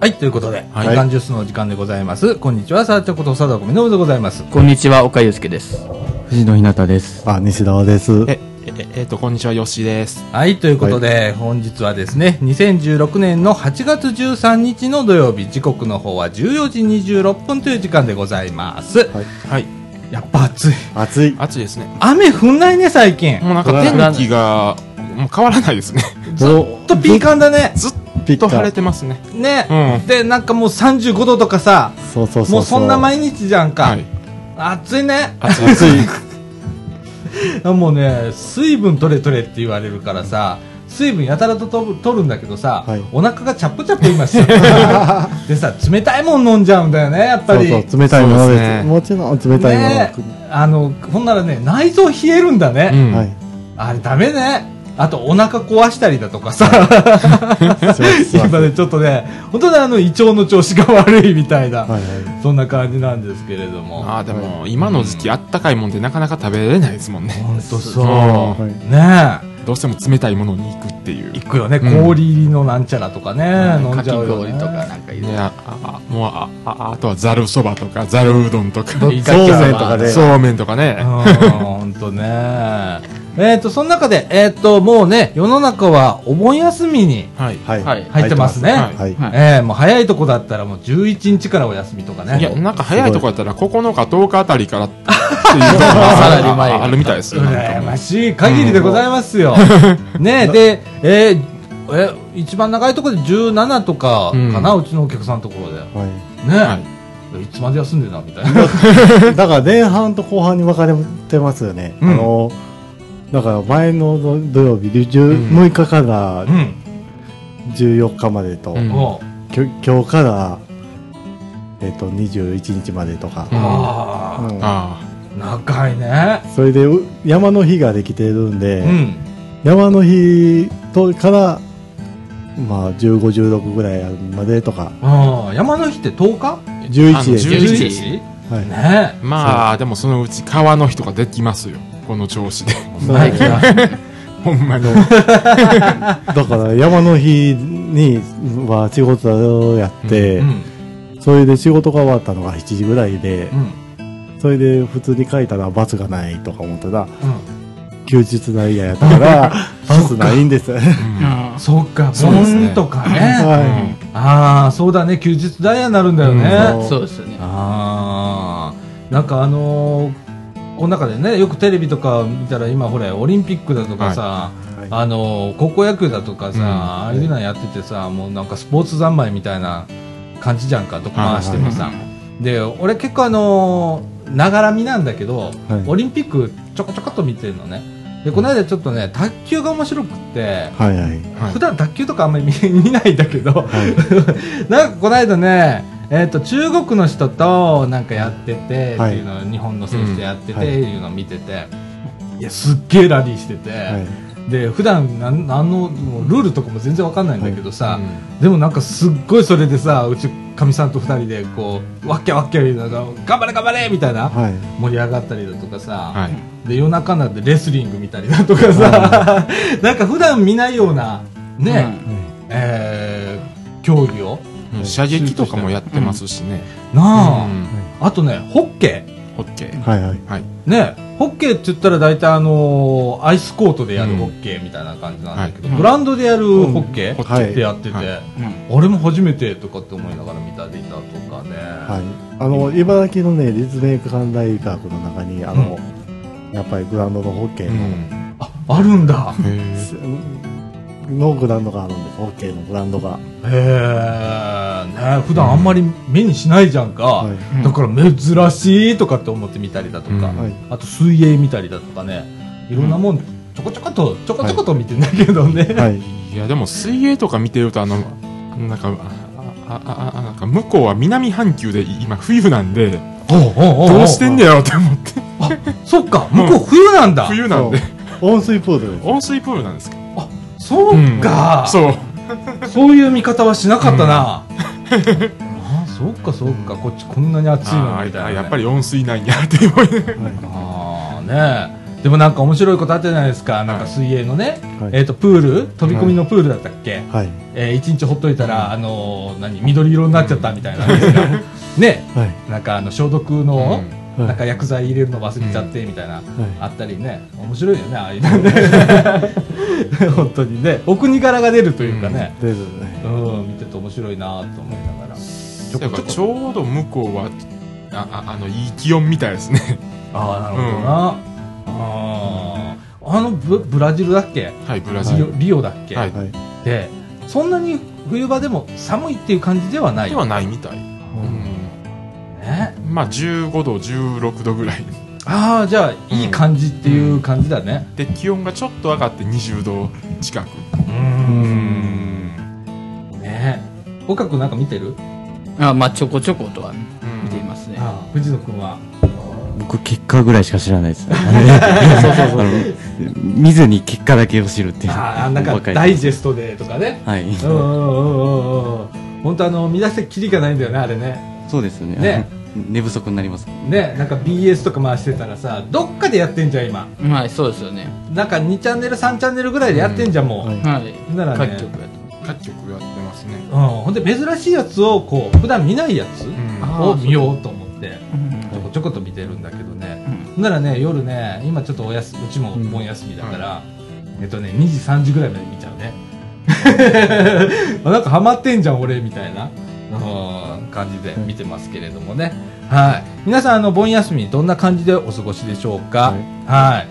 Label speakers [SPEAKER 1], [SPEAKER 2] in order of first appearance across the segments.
[SPEAKER 1] はい、ということで、
[SPEAKER 2] はい
[SPEAKER 1] みかんジュースの時間でございます。こんにちは、さあちょことさだこみのぶでございます。
[SPEAKER 3] こんにちは、岡祐介です。
[SPEAKER 4] 藤野ひなたです。
[SPEAKER 5] あ、西澤です。
[SPEAKER 2] え、え、ええっと、こんにちは、よっしーです。
[SPEAKER 1] はい、ということで、本日はですね、2016年の8月13日の土曜日、時刻の方は14時26分という時間でございます。
[SPEAKER 5] はい
[SPEAKER 2] はい。
[SPEAKER 1] やっぱ暑い。
[SPEAKER 5] 暑い。
[SPEAKER 2] 暑いですね。
[SPEAKER 1] 雨降んないね、最近。
[SPEAKER 2] もうなんか天気が、もう変わらないですね。
[SPEAKER 1] ずっとピーカンだね。
[SPEAKER 2] ず
[SPEAKER 5] ピ
[SPEAKER 2] っ
[SPEAKER 5] ッカ
[SPEAKER 2] と
[SPEAKER 5] ー
[SPEAKER 2] 晴れてますね。
[SPEAKER 1] ね。
[SPEAKER 2] うん。
[SPEAKER 1] で、なんかもう35度とかさ、
[SPEAKER 5] そうそうそうそう。
[SPEAKER 1] もうそんな毎日じゃんか。
[SPEAKER 2] はい。
[SPEAKER 1] 暑いね。
[SPEAKER 2] 暑い。
[SPEAKER 5] 暑い。
[SPEAKER 1] もうね、水分取れ取れって言われるからさ、水分やたらとと取るんだけどさ、
[SPEAKER 5] はい
[SPEAKER 1] お腹がチャップチャップ今 してるでさ、冷たいもん飲んじゃうんだよね、やっぱり。
[SPEAKER 5] そうそう、冷たいものです。
[SPEAKER 2] そうですね
[SPEAKER 5] もちろん冷たいものが
[SPEAKER 1] ね
[SPEAKER 5] 来る、
[SPEAKER 1] あの、ほんならね、内臓冷えるんだ
[SPEAKER 2] う
[SPEAKER 1] ね。
[SPEAKER 2] ん。
[SPEAKER 5] は
[SPEAKER 2] はいい。。
[SPEAKER 1] あれダメね。あと、お腹壊したりだとかさ、今ね、ちょっとね、本当にあの、胃腸の調子が悪いみたいな、
[SPEAKER 5] はいは
[SPEAKER 1] そんな感じなんですけれども。
[SPEAKER 2] ああ、でも、今の時期、あったかいもんでなかなか食べれないですもんね。
[SPEAKER 1] ほんとそう。
[SPEAKER 2] そ
[SPEAKER 5] い。はい。
[SPEAKER 1] ねえ。
[SPEAKER 2] どうしても冷たいものに行くっていう。
[SPEAKER 1] 行くよね、
[SPEAKER 2] うん
[SPEAKER 1] 氷入りのなんちゃらとかね、飲ん
[SPEAKER 3] かき
[SPEAKER 1] じゃうよ、
[SPEAKER 3] 氷
[SPEAKER 1] ね。
[SPEAKER 3] とかなんか言う。
[SPEAKER 2] ね、あ、あ、あもう、あ、あ、あとはざるそばとか、ざるうどんとか、
[SPEAKER 3] っ
[SPEAKER 5] そうめんとかで、
[SPEAKER 2] そうめんとかね。
[SPEAKER 1] 本当ね。えっ、と、その中で、えっ、と、もうね、世の中はお盆休みに
[SPEAKER 2] はい。
[SPEAKER 5] はい。
[SPEAKER 3] はい
[SPEAKER 1] 入ってますね。
[SPEAKER 2] はい
[SPEAKER 5] はい。
[SPEAKER 3] はい
[SPEAKER 1] えーもう早いとこだったらもう11日からお休みとかね。
[SPEAKER 2] いや、なんか早いとこやったら、9日、10日あたりからっていうところが
[SPEAKER 3] さらに前
[SPEAKER 2] ああるみたいですよ。
[SPEAKER 1] 羨ましい限りでございますよ。 ねで、えーえ一番長いところで17とかかな、うちのお客さんのところで。ね
[SPEAKER 5] は
[SPEAKER 1] え、い、つまで休んでたみたいな。
[SPEAKER 5] い。だから前半と後半に分かれてますよね。
[SPEAKER 1] うん
[SPEAKER 5] あの、だから前の土曜日、10
[SPEAKER 2] うん
[SPEAKER 5] 6日か
[SPEAKER 1] う
[SPEAKER 5] ら
[SPEAKER 1] ん。
[SPEAKER 5] 14日までと、
[SPEAKER 2] うん
[SPEAKER 1] もう、
[SPEAKER 5] きょ今日から、えっと、21日までとか。
[SPEAKER 2] うん
[SPEAKER 1] ああ、
[SPEAKER 5] うん
[SPEAKER 2] あ
[SPEAKER 1] 長いね。
[SPEAKER 5] それでう山の日ができてるんで、
[SPEAKER 1] うん。
[SPEAKER 5] 山の日とから、まあ、15、16ぐらいまでとか、
[SPEAKER 1] ああ、山の日って10日
[SPEAKER 5] 11です
[SPEAKER 2] あの
[SPEAKER 5] ね。
[SPEAKER 2] 11
[SPEAKER 1] 11日
[SPEAKER 5] はい
[SPEAKER 1] ね
[SPEAKER 2] あまあでもそのうち川の日とかできますよこの調子で
[SPEAKER 1] え。
[SPEAKER 5] そう
[SPEAKER 1] ない気が。
[SPEAKER 2] ほんまに
[SPEAKER 5] だから山の日には仕事をやって、
[SPEAKER 1] うん。
[SPEAKER 5] それで仕事が終わったのが7時ぐらいで
[SPEAKER 1] う、ん。
[SPEAKER 5] それで普通に書いたらバスがないとか思ったら、
[SPEAKER 1] うん。
[SPEAKER 5] 休日の嫌やっ たから、バスないんです。
[SPEAKER 1] そっか、
[SPEAKER 2] そうですね
[SPEAKER 1] 盆とかね。
[SPEAKER 5] は
[SPEAKER 1] ああ、そうだね。休日ダイヤになるんだよね。
[SPEAKER 2] うん
[SPEAKER 3] そうですよね。
[SPEAKER 1] ああ。なんかあのー、この中でね、よくテレビとか見たら今ほら、オリンピックだとかさ、
[SPEAKER 5] い。は
[SPEAKER 1] あのー高校野球だとかさ、
[SPEAKER 2] うん
[SPEAKER 1] ああいうのやっててさ、もうなんかスポーツ三昧みたいな感じじゃんか、どこ回してもさ。で、俺結構あのーながらみなんだけど、
[SPEAKER 5] はい
[SPEAKER 1] オリンピックちょこちょこっと見てるのね。で、この間ちょっとね、卓球が面白くって、
[SPEAKER 5] いはいはい。
[SPEAKER 2] はい
[SPEAKER 1] 普段卓球とかあんまり見見ないんだけど、
[SPEAKER 5] い
[SPEAKER 1] なんかこの間ね、えっと中国の人となんかやってて、
[SPEAKER 5] はい
[SPEAKER 1] っていうのを日本の選手とやってて、
[SPEAKER 5] うんはい
[SPEAKER 1] っていうのを見てて、いやすっげえラリーしてて、
[SPEAKER 5] はい
[SPEAKER 1] で普段なんなんのもうルールとかも全然わかんないんだけどさ、でもなんかすっごいそれでさうちかみさんと二人でこうわっきゃわっきゃ言いながら頑張れ頑張れみたいな、
[SPEAKER 5] はい。
[SPEAKER 1] 盛り上がったりだとかさ、
[SPEAKER 2] はい
[SPEAKER 1] で夜中になんでレスリング見たりだとかさ、 なんか普段見ないようなね、えー競技を
[SPEAKER 2] うん射撃とかもやってますしね
[SPEAKER 1] なあ、
[SPEAKER 2] うん
[SPEAKER 1] あとねホッケ
[SPEAKER 2] オッケー
[SPEAKER 5] はいはい。
[SPEAKER 2] はい
[SPEAKER 1] ーねホッケーって言ったら大体あのーアイスコートでやるホッケーみたいな感じなんだけど、
[SPEAKER 3] うんは
[SPEAKER 1] グ
[SPEAKER 3] い
[SPEAKER 1] ラウンドでやるホッケ
[SPEAKER 2] ホ
[SPEAKER 1] ー
[SPEAKER 2] ッケ
[SPEAKER 5] は
[SPEAKER 2] ー
[SPEAKER 5] い
[SPEAKER 1] ってやってて、
[SPEAKER 2] はい
[SPEAKER 3] うん
[SPEAKER 1] 俺も初めてとかって思いながら見たりだとかね、
[SPEAKER 5] はい、あの茨城のね立命館大学の中にあの、やっぱりグラウンドのホッケー
[SPEAKER 2] う
[SPEAKER 5] の,、
[SPEAKER 2] ん
[SPEAKER 1] ああるんだ
[SPEAKER 2] へー
[SPEAKER 5] のグラウンドがあるんですホッケーのグラウンドが、
[SPEAKER 1] へえね普段あんまり目にしないじゃんか、
[SPEAKER 5] はい
[SPEAKER 1] だから珍しいとかって思って見たりだとか、
[SPEAKER 2] うん
[SPEAKER 5] はい
[SPEAKER 1] あと水泳見たりだとかねいろんなもんちょこちょことちょこちょこと見てんだけどね、
[SPEAKER 5] はい
[SPEAKER 2] いやでも水泳とか見てるとあのなんかああああなんか向こうは南半球で今冬なんで
[SPEAKER 1] おうおうおうおう
[SPEAKER 2] どうしてんねやろって思って
[SPEAKER 1] あそっか向こう冬なんだ、
[SPEAKER 2] 冬なんで
[SPEAKER 5] そう温水プールです
[SPEAKER 2] 温水プールなんですけ
[SPEAKER 1] そ
[SPEAKER 2] ど
[SPEAKER 1] うか、
[SPEAKER 2] そう
[SPEAKER 1] そういう見方はしなか ったな、あそっかそっかこっちこんなに暑いの
[SPEAKER 2] あ
[SPEAKER 1] みたいなね、
[SPEAKER 2] ーやっぱり温水なんやって思いながら
[SPEAKER 1] ああねでもなんか面白いことあったじゃないですか、なんか水泳のね、
[SPEAKER 5] はい
[SPEAKER 1] えっ、と、プール、飛び込みのプールだったっけ、
[SPEAKER 5] はい。
[SPEAKER 1] えー、1日ほっといたら、あのー何、緑色になっちゃったみたいな話が、 ね、
[SPEAKER 5] はい。
[SPEAKER 1] なんかあの消毒の、
[SPEAKER 5] はい
[SPEAKER 1] なんか薬剤入れるの忘れちゃってみたいな、あったりね、面白いよね、ああいうのね、 本当にね、お国柄が出るというかね、
[SPEAKER 5] ですね。
[SPEAKER 1] うん、見てて面白いなと思いながら。
[SPEAKER 2] だからちょうど向こうはあああのいい気温みたいですね
[SPEAKER 1] ああなるほどな、あああのブブラジルだっけ
[SPEAKER 2] はいブラジ
[SPEAKER 1] リ
[SPEAKER 2] ル、
[SPEAKER 1] オリオだっけ、
[SPEAKER 2] はい
[SPEAKER 5] はい。
[SPEAKER 1] でそんなに冬場でも寒いっていう感じではない
[SPEAKER 2] で
[SPEAKER 1] よ
[SPEAKER 2] はないみたい、うん
[SPEAKER 1] ね
[SPEAKER 2] まあ15度16度ぐらい
[SPEAKER 1] ああじゃあいい感じっていう感じだね
[SPEAKER 2] で気温がちょっと上がって20度近く
[SPEAKER 1] うんね岡君なんか見てる
[SPEAKER 3] あまあちょこちょことは
[SPEAKER 2] うん
[SPEAKER 3] 見ていますね、
[SPEAKER 1] ああ藤野君は
[SPEAKER 4] 僕結果ぐらいしか知らない ですねあの見ずに結果だけを知るっていう
[SPEAKER 1] ああなんか
[SPEAKER 4] ばっり
[SPEAKER 1] ダイジェストでとかね
[SPEAKER 4] はい
[SPEAKER 1] うんうんうんうんうん本当あの見出してきりがないんだよねあれね
[SPEAKER 4] そうですよね
[SPEAKER 1] ね
[SPEAKER 4] 寝不足になります
[SPEAKER 1] ねなんか BS とか回してたらさどっかでやってんじゃん今
[SPEAKER 3] はいそうですよね
[SPEAKER 1] なんか2チャンネル3チャンネルぐらいでやってんじゃん、もう、
[SPEAKER 5] はい
[SPEAKER 3] はい
[SPEAKER 1] ならね
[SPEAKER 3] 各局やってます
[SPEAKER 2] 各局やってますね
[SPEAKER 1] うん、ほんで珍しいやつをこう普段見ないやつ
[SPEAKER 2] うん
[SPEAKER 3] あ
[SPEAKER 1] を見ようと思ってちょ
[SPEAKER 3] う
[SPEAKER 1] こちょこと見てるんだけどね、
[SPEAKER 3] ん
[SPEAKER 1] ならね夜ね今ちょっとおやすうちもお盆休みだから、えっとね2時3時ぐらいまで見ちゃう ねあなんかハマってんじゃん俺みたいな、うん、感じで見てますけれどもね、はい皆さんあの盆休みどんな感じでお過ごしでしょうか、はい、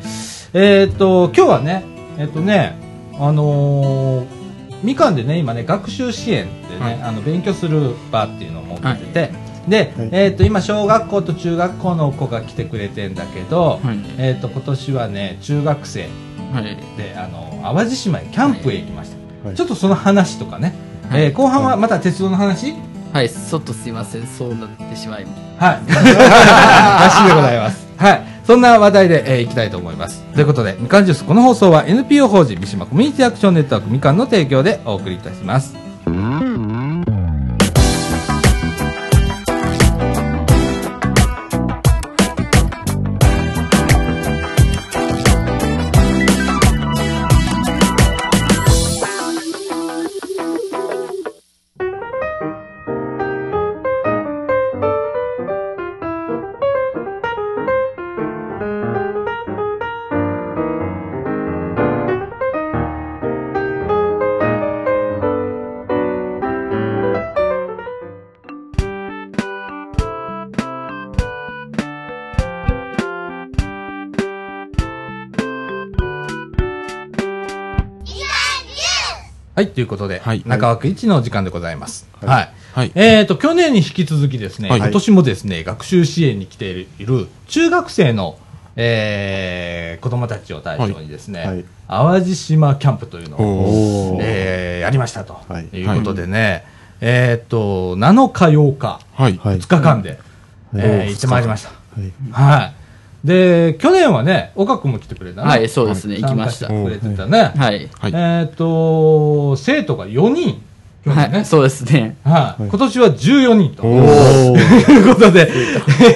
[SPEAKER 1] えーっと今日はねえーっとねあのーみかんでね今ね学習支援ってね、
[SPEAKER 2] はい
[SPEAKER 1] あの勉強する場っていうのを設けてて、で、
[SPEAKER 5] はい
[SPEAKER 1] えーっと今小学校と中学校の子が来てくれてんだけど、
[SPEAKER 3] はい
[SPEAKER 1] えーっと今年はね中学生
[SPEAKER 3] はい
[SPEAKER 1] であの淡路島へキャンプへ行きました、
[SPEAKER 5] はい
[SPEAKER 1] ちょっとその話とかね、
[SPEAKER 3] はい
[SPEAKER 1] えー後半はまた鉄道の話
[SPEAKER 3] はいちょっとすいませんそうなってしまい
[SPEAKER 1] はい。 らしいでございます。はい。そんな話題で、えーいきたいと思います。ということで、みかんジュース、この放送は NPO 法人三島コミュニティアクションネットワークみかんの提供でお送りいたします。はい。ということで、
[SPEAKER 2] はい
[SPEAKER 1] 中枠一のお時間でございます。はい。
[SPEAKER 2] はい
[SPEAKER 1] えっ、と、去年に引き続きですね、
[SPEAKER 2] はい
[SPEAKER 1] 今年もですね、学習支援に来ている中学生の、えー、子供たちを対象にですね、
[SPEAKER 5] はいはい
[SPEAKER 1] 淡路島キャンプというのを
[SPEAKER 2] おー
[SPEAKER 5] おー。
[SPEAKER 1] えーやりましたと、
[SPEAKER 5] はい
[SPEAKER 1] い、うことでね、えーっと7日、8日、
[SPEAKER 2] はい、
[SPEAKER 5] はい
[SPEAKER 1] 2日間で、えー
[SPEAKER 5] おー
[SPEAKER 1] 行ってまいりました。
[SPEAKER 5] はい。
[SPEAKER 1] はい、で去年はね、岡君も来てくれたね、
[SPEAKER 3] はいそうですね行き
[SPEAKER 1] 参
[SPEAKER 3] ま
[SPEAKER 1] 加
[SPEAKER 3] し
[SPEAKER 1] して
[SPEAKER 3] た
[SPEAKER 1] くれてたね、
[SPEAKER 3] はい
[SPEAKER 2] はい
[SPEAKER 1] えーっと生徒が4人、去年ね
[SPEAKER 3] はいそうですね
[SPEAKER 1] はい、今年は14人と。
[SPEAKER 2] お
[SPEAKER 5] おー。
[SPEAKER 1] ということ で、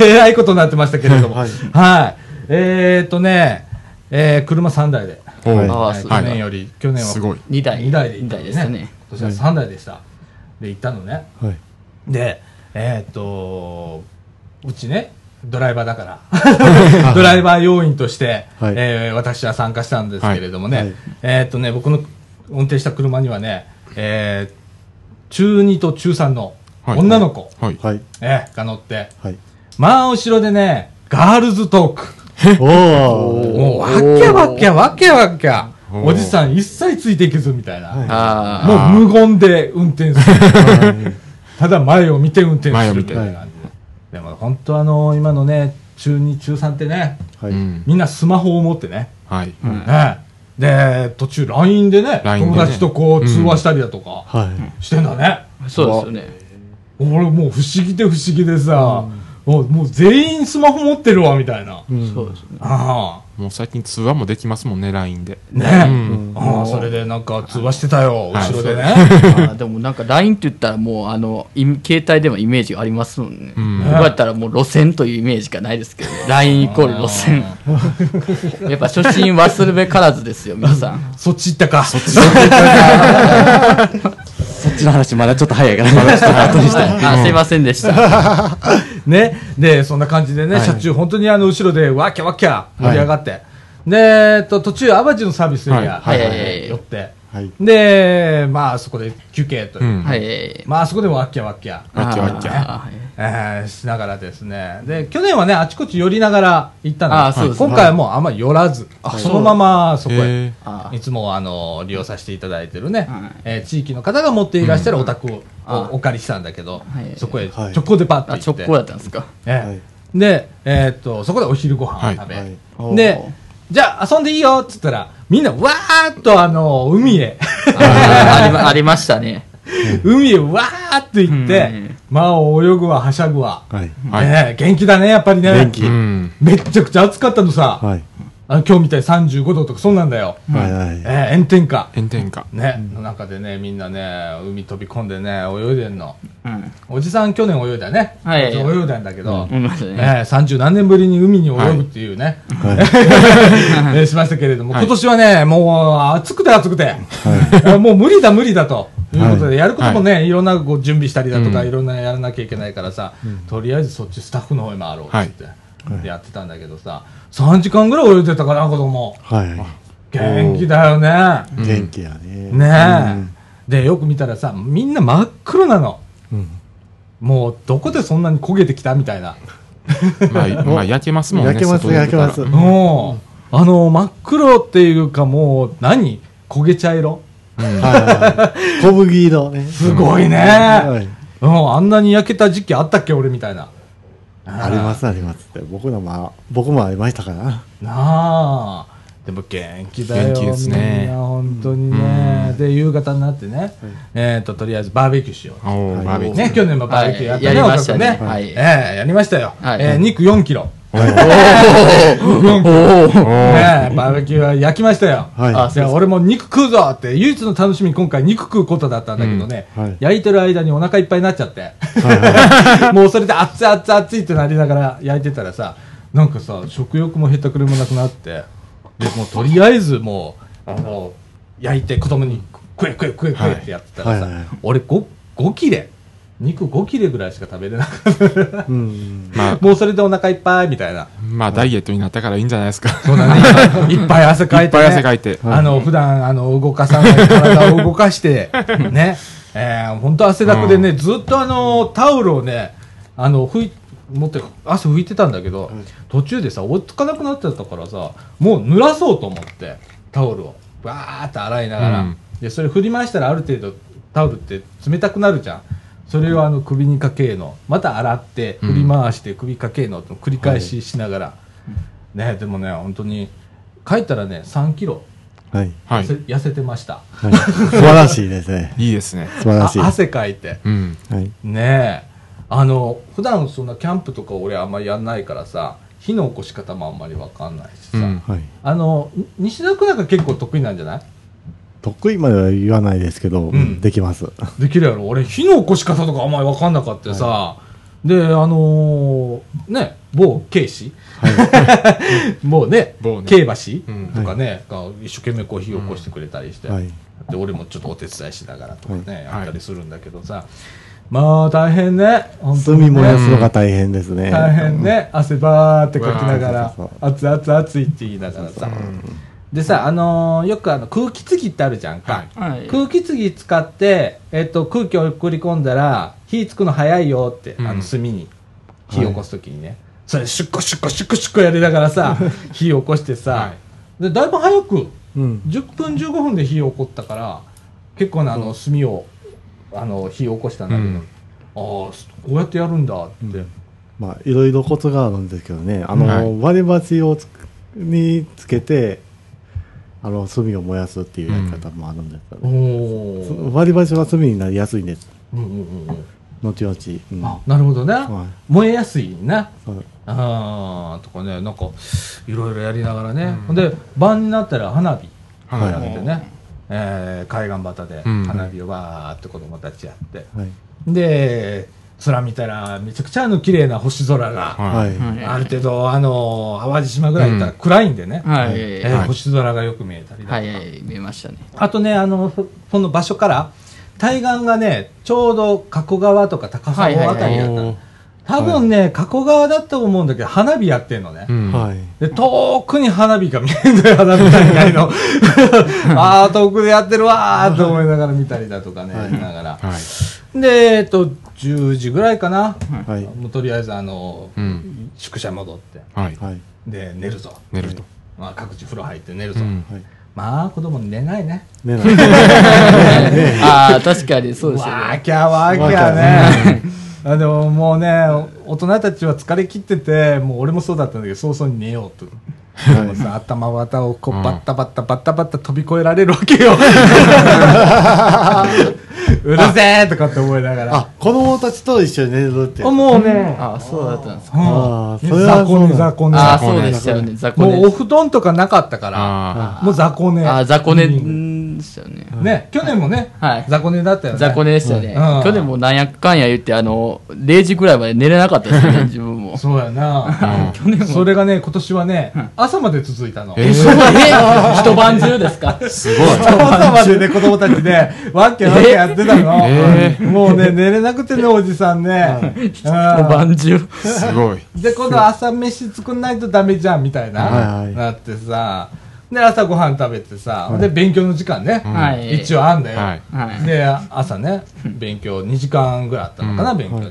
[SPEAKER 1] えらいことになってましたけれども、は
[SPEAKER 5] はいい。
[SPEAKER 1] えーっとね、えー車3台で、
[SPEAKER 2] おー
[SPEAKER 5] はい
[SPEAKER 3] ああ
[SPEAKER 1] はい
[SPEAKER 3] そう
[SPEAKER 1] 去年より、去年は
[SPEAKER 2] すごい
[SPEAKER 3] 2台
[SPEAKER 1] 二台で行
[SPEAKER 3] 二
[SPEAKER 1] ったん
[SPEAKER 3] 台ですね
[SPEAKER 1] 今年は3台でした、で行ったのね
[SPEAKER 5] はい。
[SPEAKER 1] でえーっとうちねドライバーだからドライバー要員として、
[SPEAKER 5] はい
[SPEAKER 1] えー私は参加したんですけれどもね、
[SPEAKER 5] はいはい
[SPEAKER 1] えーっとね僕の運転した車にはね、えー中2と中3の
[SPEAKER 2] はい
[SPEAKER 1] 女の子、
[SPEAKER 2] はい
[SPEAKER 5] はい。
[SPEAKER 1] えーが乗って
[SPEAKER 5] はい。
[SPEAKER 1] まあ後ろでねガールズトーク
[SPEAKER 5] おー。
[SPEAKER 1] もうわっきゃわっきゃわっきゃわっきゃ
[SPEAKER 2] おー
[SPEAKER 1] おじさん一切ついていけずみたいな、
[SPEAKER 5] はい
[SPEAKER 3] あ
[SPEAKER 1] もう無言で運転する。ただ前を見て運転
[SPEAKER 2] 前
[SPEAKER 1] す
[SPEAKER 2] を
[SPEAKER 1] る
[SPEAKER 2] 見
[SPEAKER 1] みた
[SPEAKER 2] て
[SPEAKER 1] いな感じで。でも本当あの、今のね、中2、中3ってね、
[SPEAKER 5] は
[SPEAKER 2] う
[SPEAKER 5] い。
[SPEAKER 2] ん
[SPEAKER 1] みんなスマホを持ってね。
[SPEAKER 2] はい
[SPEAKER 3] あは
[SPEAKER 1] ね
[SPEAKER 3] い
[SPEAKER 1] で、途中 LINE でね、
[SPEAKER 2] LINE でね
[SPEAKER 1] 友達とこう通話したりだとか
[SPEAKER 5] はい。
[SPEAKER 1] してんだね。
[SPEAKER 3] そうですよね
[SPEAKER 1] 俺もう不思議で不思議でさ、おもう全員スマホ持ってるわ、みたいな。
[SPEAKER 3] そうですね。
[SPEAKER 1] ああ。
[SPEAKER 2] もう最近通話もできますもんね、LINE で。
[SPEAKER 1] ね
[SPEAKER 2] う
[SPEAKER 1] え。
[SPEAKER 2] ん。
[SPEAKER 1] ああ、それでなんか通話してたよ、
[SPEAKER 2] はい
[SPEAKER 1] 後ろでね。
[SPEAKER 3] あ ーでもなんか LINE って言ったらもうあのイメ携帯でもイメージがありますもんね。
[SPEAKER 2] うん
[SPEAKER 3] 僕だったらもう路線というイメージしかないですけど、LINE イコール路線。やっぱ初心忘るべからずですよ、皆さん。
[SPEAKER 1] そっち行ったか。そっち。
[SPEAKER 4] そっちの話まだちょっと早い から、まだちょっと後にしたい。
[SPEAKER 3] あすいませんでした。
[SPEAKER 1] ね。で、そんな感じでね、車中、本当にあの、後ろで、わきゃわきゃ、盛り上がって。で、えっと、途中、淡路のサービスエリア、
[SPEAKER 2] はい
[SPEAKER 3] はいはいはい
[SPEAKER 1] 寄って。
[SPEAKER 5] はい。
[SPEAKER 1] で、まあ、そこで休憩というう。
[SPEAKER 2] ん。
[SPEAKER 3] は
[SPEAKER 2] はい。
[SPEAKER 3] い。
[SPEAKER 1] まあ、そこでもわきゃわきゃ。
[SPEAKER 2] わっきゃわっきゃ。
[SPEAKER 3] あーはい
[SPEAKER 1] えーしながらですね。で、去年はね、あちこち寄りながら行った
[SPEAKER 3] あ
[SPEAKER 1] んで
[SPEAKER 3] ー
[SPEAKER 1] す
[SPEAKER 3] そうですね
[SPEAKER 1] 今回はもうあんま寄らず、そのままそこへ
[SPEAKER 2] え。
[SPEAKER 3] あー
[SPEAKER 1] いつもあの利用させていただいてるね、
[SPEAKER 3] はい
[SPEAKER 1] えー地域の方が持っていらっしゃるお宅を、
[SPEAKER 3] あ
[SPEAKER 1] おお借りしたんだけど、
[SPEAKER 3] はい
[SPEAKER 1] そこへ
[SPEAKER 5] はい
[SPEAKER 1] 直行でパッと
[SPEAKER 3] あ
[SPEAKER 1] 行って、
[SPEAKER 3] 直行だったんですか。
[SPEAKER 1] ええ
[SPEAKER 5] はい
[SPEAKER 1] で、えーっとそこでお昼ご飯を食べ、
[SPEAKER 5] はい
[SPEAKER 1] でじゃあ遊んでいいよっつったらみんなわーっとあの海へ
[SPEAKER 3] あーありまありましたね。
[SPEAKER 1] 海へわーっと行って、
[SPEAKER 3] うん
[SPEAKER 1] まあ泳ぐわはしゃぐわ、
[SPEAKER 5] はい。
[SPEAKER 2] はい
[SPEAKER 1] ねえ元気だねやっぱりね
[SPEAKER 5] 元気
[SPEAKER 2] うん。
[SPEAKER 1] めっちゃくちゃ暑かったのさ、
[SPEAKER 5] はい。
[SPEAKER 1] あの今日みたいに35度とかそんなんだよ、
[SPEAKER 5] はい。はい。
[SPEAKER 1] ええ炎天下
[SPEAKER 2] 炎天下。
[SPEAKER 1] ね、の中でねみんなね海飛び込んでね泳いでんの
[SPEAKER 3] うん。
[SPEAKER 1] おじさん去年泳いだね、
[SPEAKER 3] はい
[SPEAKER 1] 泳いだんだけど、
[SPEAKER 3] 思いました
[SPEAKER 1] え
[SPEAKER 3] ね。
[SPEAKER 1] ー30何年ぶりに海に泳ぐっていうね、
[SPEAKER 5] はい。
[SPEAKER 1] え ーしましたけれども、
[SPEAKER 2] はい
[SPEAKER 1] 今年はねもう暑くて暑くて、あもう無理だ無理だということで、やることもね、い、ろんなこう準備したりだとか、
[SPEAKER 2] うん
[SPEAKER 1] いろんなやらなきゃいけないからさ、とりあえずそっちスタッフの方へ回ろうっつって、でやってたんだけどさ3時間ぐらい泳いでたかな子供
[SPEAKER 5] は
[SPEAKER 1] 元気だよね。
[SPEAKER 5] い。元気やね。
[SPEAKER 1] ねえ、でよく見たらさみんな真っ黒なの
[SPEAKER 5] え。うん。
[SPEAKER 1] もうどこでそんなに焦げてきたみたいな、
[SPEAKER 2] まあ、まあ、焼けますもんね。
[SPEAKER 5] 焼けます
[SPEAKER 2] 外出たら
[SPEAKER 5] 焼けます
[SPEAKER 1] うん、あの真っ黒っていうかもう何焦げ茶色
[SPEAKER 5] はい。小麦色ね。
[SPEAKER 1] すごいね、
[SPEAKER 5] はい。
[SPEAKER 1] うん、あんなに焼けた時期あったっけ俺みたいな
[SPEAKER 5] ありますありますって。僕のまあ、僕もありましたから。
[SPEAKER 1] なあでも元気だよ
[SPEAKER 2] 元気です
[SPEAKER 1] み
[SPEAKER 2] ね
[SPEAKER 1] んな本当にね、で夕方になってね、えっ、ととりあえずバーベキューしよう
[SPEAKER 2] おー、バーベキュー。
[SPEAKER 1] ね、去年もバーベキューやったね、
[SPEAKER 3] はいやりましたね
[SPEAKER 1] お母さん
[SPEAKER 3] はい
[SPEAKER 1] ええやりましたよ。
[SPEAKER 3] はい
[SPEAKER 1] ええ肉4キロ。
[SPEAKER 2] お
[SPEAKER 1] ねえバーベキューは焼きましたよ。
[SPEAKER 5] はい
[SPEAKER 1] あじゃあ俺も肉食うぞって、唯一の楽しみ、今回肉食うことだったんだけどね、
[SPEAKER 5] うんはい
[SPEAKER 1] 焼いてる間にお腹いっぱいになっちゃって、
[SPEAKER 5] はい は
[SPEAKER 1] もうそれで熱い熱い熱いってなりながら焼いてたらさ、なんかさ、食欲もへったくれもなくなって、で、もうとりあえずもう、あの、焼いて子供に食え食え食え食えってやってたらさ、
[SPEAKER 5] はいはいはい
[SPEAKER 1] 俺 5, 5切れ、肉5切れぐらいしか食べれなかった。
[SPEAKER 5] い。うん。
[SPEAKER 2] まあ、
[SPEAKER 1] もうそれでお腹いっぱいみたいな。
[SPEAKER 2] まあ、ダイエットになったからいいんじゃないですか。
[SPEAKER 1] そうだね。いっぱい汗かいて、ね。
[SPEAKER 2] いっぱい汗かいて
[SPEAKER 1] あの、普段、あの、動かさない体を動か して、ね。えー、本当汗だくでね、ずっとあの、タオルをね、あの、拭い、持って、汗拭いてたんだけど、途中でさ、追いつかなくなっちゃったからさ、もう濡らそうと思って、タオルを。バーって洗いながら。
[SPEAKER 2] うん
[SPEAKER 1] で、それ振り回したらある程度、タオルって冷たくなるじゃん。それをあの首にかけの、また洗って、振り回して首かけのと繰り返ししながら、ね、でもね、本当に、帰ったらね、3キロ、
[SPEAKER 5] はい。
[SPEAKER 2] はい
[SPEAKER 1] せ。痩せてました。
[SPEAKER 5] はい。素晴らしいですね。
[SPEAKER 2] いいですね。
[SPEAKER 5] 素晴ら
[SPEAKER 1] あ
[SPEAKER 5] しい。は
[SPEAKER 1] 汗かいて。
[SPEAKER 2] うん。
[SPEAKER 5] い。
[SPEAKER 1] ねえ。あの、普段そんなキャンプとか俺あんまりやんないからさ、火の起こし方もあんまりわかんないしさ、
[SPEAKER 2] うん
[SPEAKER 5] はい。
[SPEAKER 1] あの、に西田君なんか結構得意なんじゃない
[SPEAKER 5] 得意までは言わないですけど、
[SPEAKER 1] ん
[SPEAKER 5] できます。
[SPEAKER 1] できるやろ俺、火の起こし方とかあんまりわかんなかったさ、で、あのーね、某警視、 もうね、
[SPEAKER 2] 某ね
[SPEAKER 1] 慶橋、
[SPEAKER 2] うん
[SPEAKER 1] とかね、が一生懸命こう火を起こしてくれたりして、
[SPEAKER 5] はい。
[SPEAKER 1] で俺もちょっとお手伝いしながらとかね、
[SPEAKER 5] は
[SPEAKER 1] やったりするんだけどさ、まあ大変ね本当
[SPEAKER 5] 炭
[SPEAKER 1] にね
[SPEAKER 5] 燃やすのが大変ですね。
[SPEAKER 1] 大変ね汗ばーってかきなが
[SPEAKER 5] うわ
[SPEAKER 1] ら
[SPEAKER 5] ーそうそう
[SPEAKER 1] 熱々熱いって言いながらさでさあのーよくあの空気継ぎってあるじゃんか、
[SPEAKER 3] はい
[SPEAKER 1] 空気継ぎ使って、えっと、空気を送り込んだら火つくの早いよって、
[SPEAKER 2] うん
[SPEAKER 1] あの炭に火起こす時にね、それシュッコシュッコシュッコシュッコやりながらさ火起こしてさ、
[SPEAKER 2] は
[SPEAKER 1] でだいぶ早く
[SPEAKER 5] うん。
[SPEAKER 1] 10分15分で火起こったから結構ねあの炭をあの火起こしたんだけど、
[SPEAKER 2] うん
[SPEAKER 1] ああこうやってやるんだって、
[SPEAKER 5] まあ、いろいろコツがあるんですけどね。あの、
[SPEAKER 2] はい
[SPEAKER 5] 割り箸をつくにつけて、あの、炭を燃やすっていうやり方もあるんですよね。
[SPEAKER 1] おー
[SPEAKER 5] 割り箸は炭になりやすいんです。
[SPEAKER 1] うんうんうんうん
[SPEAKER 5] 後々。うん
[SPEAKER 1] あなるほどね、
[SPEAKER 5] はい
[SPEAKER 1] 燃えやすいな
[SPEAKER 5] そう
[SPEAKER 1] あーとかねなんかいろいろやりながらね、ほんで晩になったら花火
[SPEAKER 2] はい
[SPEAKER 1] やってね、えー海岸端で
[SPEAKER 2] うん
[SPEAKER 1] 花火をわーって子供たちやって、
[SPEAKER 5] はい。
[SPEAKER 1] で空見たらめちゃくちゃあの綺麗な星空が、
[SPEAKER 2] は。
[SPEAKER 5] はいい。
[SPEAKER 3] はい
[SPEAKER 1] ある程度あの淡路島ぐらい行ったら暗いんでね、
[SPEAKER 3] はい
[SPEAKER 1] え
[SPEAKER 3] え
[SPEAKER 1] ー
[SPEAKER 2] は
[SPEAKER 3] ー
[SPEAKER 2] い
[SPEAKER 1] 星空がよく見えたりだとか、
[SPEAKER 3] はいはい見えましたね
[SPEAKER 1] あとね、あの、そその場所から、対岸がね、ちょうど加古川とか高砂
[SPEAKER 3] はいはいは
[SPEAKER 1] あ
[SPEAKER 3] い
[SPEAKER 1] たりだった
[SPEAKER 2] おー
[SPEAKER 1] の。多分ね、加古川だと思うんだけど、花火やってんのね
[SPEAKER 2] う。ん
[SPEAKER 5] はい。
[SPEAKER 1] で、遠くに花火が見えんだよ、花火大会の。ああ、遠くでやってるわーと思いながら見たりだとかね、
[SPEAKER 5] はい
[SPEAKER 1] 見ながら。
[SPEAKER 2] はい。
[SPEAKER 1] で、えっと、10時ぐらいかな。
[SPEAKER 5] はい。
[SPEAKER 1] もうとりあえず、あの、
[SPEAKER 2] うん。
[SPEAKER 1] 宿舎戻って。
[SPEAKER 2] はい。
[SPEAKER 5] はい。
[SPEAKER 1] で、寝るぞ。
[SPEAKER 2] 寝ると。
[SPEAKER 1] まあ、各自風呂入って寝る
[SPEAKER 2] う
[SPEAKER 1] ぞ。
[SPEAKER 2] ん。
[SPEAKER 5] はい。
[SPEAKER 1] まあ、子供寝ないね。
[SPEAKER 5] ねな
[SPEAKER 3] ああ確かにそうですよ
[SPEAKER 1] わ
[SPEAKER 3] ね
[SPEAKER 1] ーきゃわーきゃね。 あでももうね、大人たちは疲れ切ってて、もう俺もそうだったんだけど、早々に寝ようと。もうさ頭綿をこ
[SPEAKER 2] う
[SPEAKER 1] うんバッタバッタバッタバッタ飛び越えられるわけ よ。うるせえとかって思いながら。
[SPEAKER 5] あ、子供たちと一緒に寝るって。
[SPEAKER 1] もうね、
[SPEAKER 3] ああそうだったんですか
[SPEAKER 5] あー
[SPEAKER 1] うん
[SPEAKER 5] それは
[SPEAKER 1] 雑魚寝
[SPEAKER 5] そうなん
[SPEAKER 1] 雑魚寝。
[SPEAKER 3] ああそうでしたよね雑魚
[SPEAKER 1] もうお
[SPEAKER 3] 寝
[SPEAKER 1] 布団とかなかったから、
[SPEAKER 2] あ
[SPEAKER 1] もう雑魚寝。
[SPEAKER 3] ああ雑魚寝でしたよね
[SPEAKER 1] ね、去年もね、
[SPEAKER 3] はい
[SPEAKER 1] 雑魚寝だったよね。
[SPEAKER 3] 雑魚寝でしたよね
[SPEAKER 1] うん
[SPEAKER 3] 去年もなんやかんや言ってあの0時ぐらいまで寝れなかった ですよね自分も
[SPEAKER 1] そうやな。
[SPEAKER 3] 去年も
[SPEAKER 1] それがね、今年はね、朝まで続いたの。
[SPEAKER 2] え
[SPEAKER 3] え、一晩中ですか
[SPEAKER 2] あ。すごい。
[SPEAKER 1] 朝までね、 子供たちで、わっけわっけやってたの。
[SPEAKER 2] え
[SPEAKER 1] もうね、寝れなくてね、おじさんね。
[SPEAKER 3] 一晩中。
[SPEAKER 2] す ごい。
[SPEAKER 1] で、今度朝飯作んないとダメじゃん、みたいな。
[SPEAKER 5] はいはい
[SPEAKER 1] なってさ。で、朝ご飯食べてさ。で、勉強の時間ね。
[SPEAKER 3] はい。
[SPEAKER 1] 一応あんだよ。
[SPEAKER 2] はい。
[SPEAKER 3] はい。
[SPEAKER 1] で、朝ね、勉強2時間ぐらいあったのかな、勉強。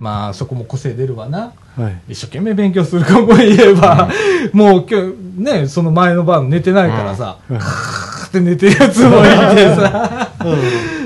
[SPEAKER 1] まあ、そこも個性出るわな。
[SPEAKER 5] はい。
[SPEAKER 1] 一生懸命勉強する子もいれば、もう今日、ね、その前の晩寝てないからさ、カ、ーって寝てるやつもいてさ、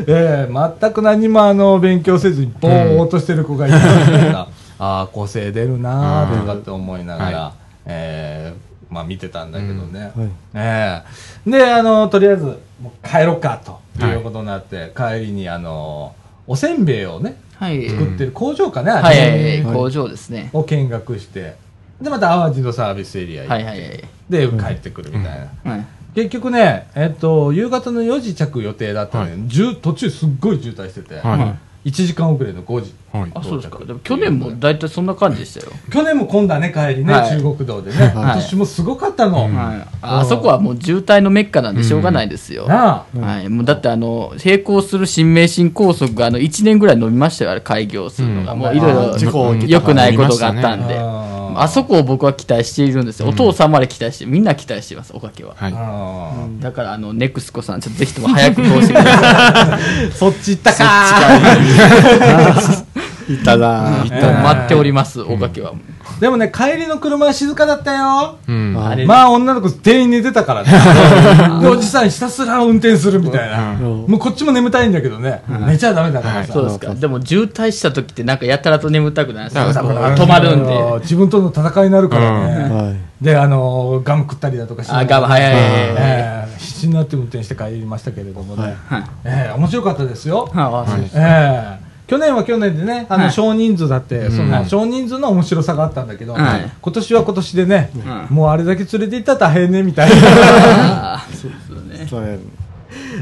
[SPEAKER 1] ええ全く何もあの勉強せずにぼーっとしてる子がいたから、ああ、個性出るなーとかって思いながら、
[SPEAKER 2] は
[SPEAKER 1] ええまあ見てたんだけどね。
[SPEAKER 5] うんはい
[SPEAKER 1] ええで、あの、とりあえず、もう帰ろうかということになって、帰りにあの、おせんべいをね、
[SPEAKER 3] はい。
[SPEAKER 1] 作ってる工場かな、あ
[SPEAKER 3] は
[SPEAKER 1] れ
[SPEAKER 3] い。工場ですね。
[SPEAKER 1] を見学してでまた淡路のサービスエリア行って、
[SPEAKER 3] はいはいはい。
[SPEAKER 1] で帰ってくるみたいな、
[SPEAKER 3] はい。
[SPEAKER 1] 結局ね、えっと、夕方の4時着予定だったの
[SPEAKER 2] は
[SPEAKER 1] に、じゅ途中すっごい渋滞してて、
[SPEAKER 2] は
[SPEAKER 1] 1時間遅れの5時
[SPEAKER 2] い。はい。
[SPEAKER 3] あ、そうですか。でも去年も大体そんな感じでしたよ。
[SPEAKER 1] 去年も混んだね帰りね、
[SPEAKER 3] はい
[SPEAKER 1] 中国道でね、今年もすごかったの、な
[SPEAKER 3] はい。あそこはもう渋滞のメッカなんでしょうがないですよ。は
[SPEAKER 1] あ
[SPEAKER 3] い。もうだってあの、並行する新名神高速があの、1年ぐらい伸びましたよ、あれ、開業するのが。もういろ
[SPEAKER 5] あ
[SPEAKER 3] い
[SPEAKER 5] 事
[SPEAKER 3] ろ
[SPEAKER 5] 故起き
[SPEAKER 3] 良くないことがあったん
[SPEAKER 1] あ
[SPEAKER 3] で。
[SPEAKER 1] ー
[SPEAKER 3] あそこを僕は期待しているんですよ。お父さんまで期待して、みんな期待しています、おかけは。
[SPEAKER 2] はい。
[SPEAKER 1] あー
[SPEAKER 3] だからあのネクスコさんちょっとぜひとも早く通してください
[SPEAKER 1] そっち行ったか
[SPEAKER 5] いたな
[SPEAKER 1] ー
[SPEAKER 3] もう待っておりますお化けは
[SPEAKER 1] でもね帰りの車は静かだったよ
[SPEAKER 2] うん。
[SPEAKER 5] あ
[SPEAKER 3] れ
[SPEAKER 1] まあ女の子全員寝てたからねでおじさんひたすら運転するみたいな、
[SPEAKER 5] うん
[SPEAKER 1] もうこっちも眠たいんだけどね、寝ちゃダメだからさ、
[SPEAKER 3] そうですかでも渋滞した時ってなんかやたらと眠たくないですか
[SPEAKER 2] だから
[SPEAKER 3] 止まるんで
[SPEAKER 1] 自分との戦いになるからね、
[SPEAKER 5] はい。
[SPEAKER 1] であのガム食ったりだとかし
[SPEAKER 3] あ
[SPEAKER 1] な
[SPEAKER 3] が
[SPEAKER 1] が
[SPEAKER 3] ば
[SPEAKER 1] ら
[SPEAKER 3] 早い
[SPEAKER 1] え
[SPEAKER 3] はい
[SPEAKER 1] え必死になって運転して帰りましたけれどもね、
[SPEAKER 5] はい
[SPEAKER 1] ええ面白かったですよ、
[SPEAKER 3] あそうです
[SPEAKER 1] ええ去年は去年でねあの
[SPEAKER 3] はい
[SPEAKER 1] 少人数だって、その少人数の面白さがあったんだけど、
[SPEAKER 3] はい
[SPEAKER 1] 今年は今年でね、
[SPEAKER 3] うん
[SPEAKER 1] もうあれだけ連れて行ったら大変ねみたいな。
[SPEAKER 3] あーそうですよね
[SPEAKER 5] そうね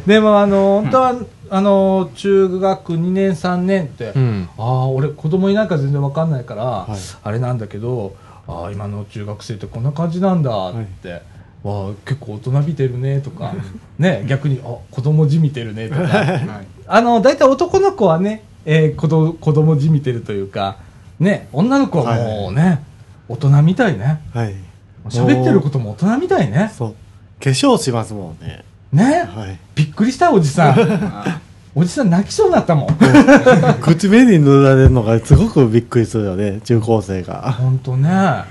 [SPEAKER 1] でもあの本当は、あの中学2年3年って、
[SPEAKER 2] うん
[SPEAKER 1] ああ俺子供いないから全然わかんないから、
[SPEAKER 5] い
[SPEAKER 1] あれなんだけどああ今の中学生ってこんな感じなんだって、わあ結構大人びてるねとか ね逆にあ子供じみてるね とかあの大体男の子はね、えー、子ど子供じみてるというかね女の子はもうね、大人みたいね
[SPEAKER 5] はい。
[SPEAKER 1] 喋ってることも大人みたいね
[SPEAKER 5] そう。化粧しますもんね。
[SPEAKER 1] ね
[SPEAKER 5] はい。
[SPEAKER 1] びっくりしたおじさん おじさん泣きそうになったもん
[SPEAKER 5] 口紅塗られるのがすごくびっくりするよね、中高生が。
[SPEAKER 1] 本当ね。あ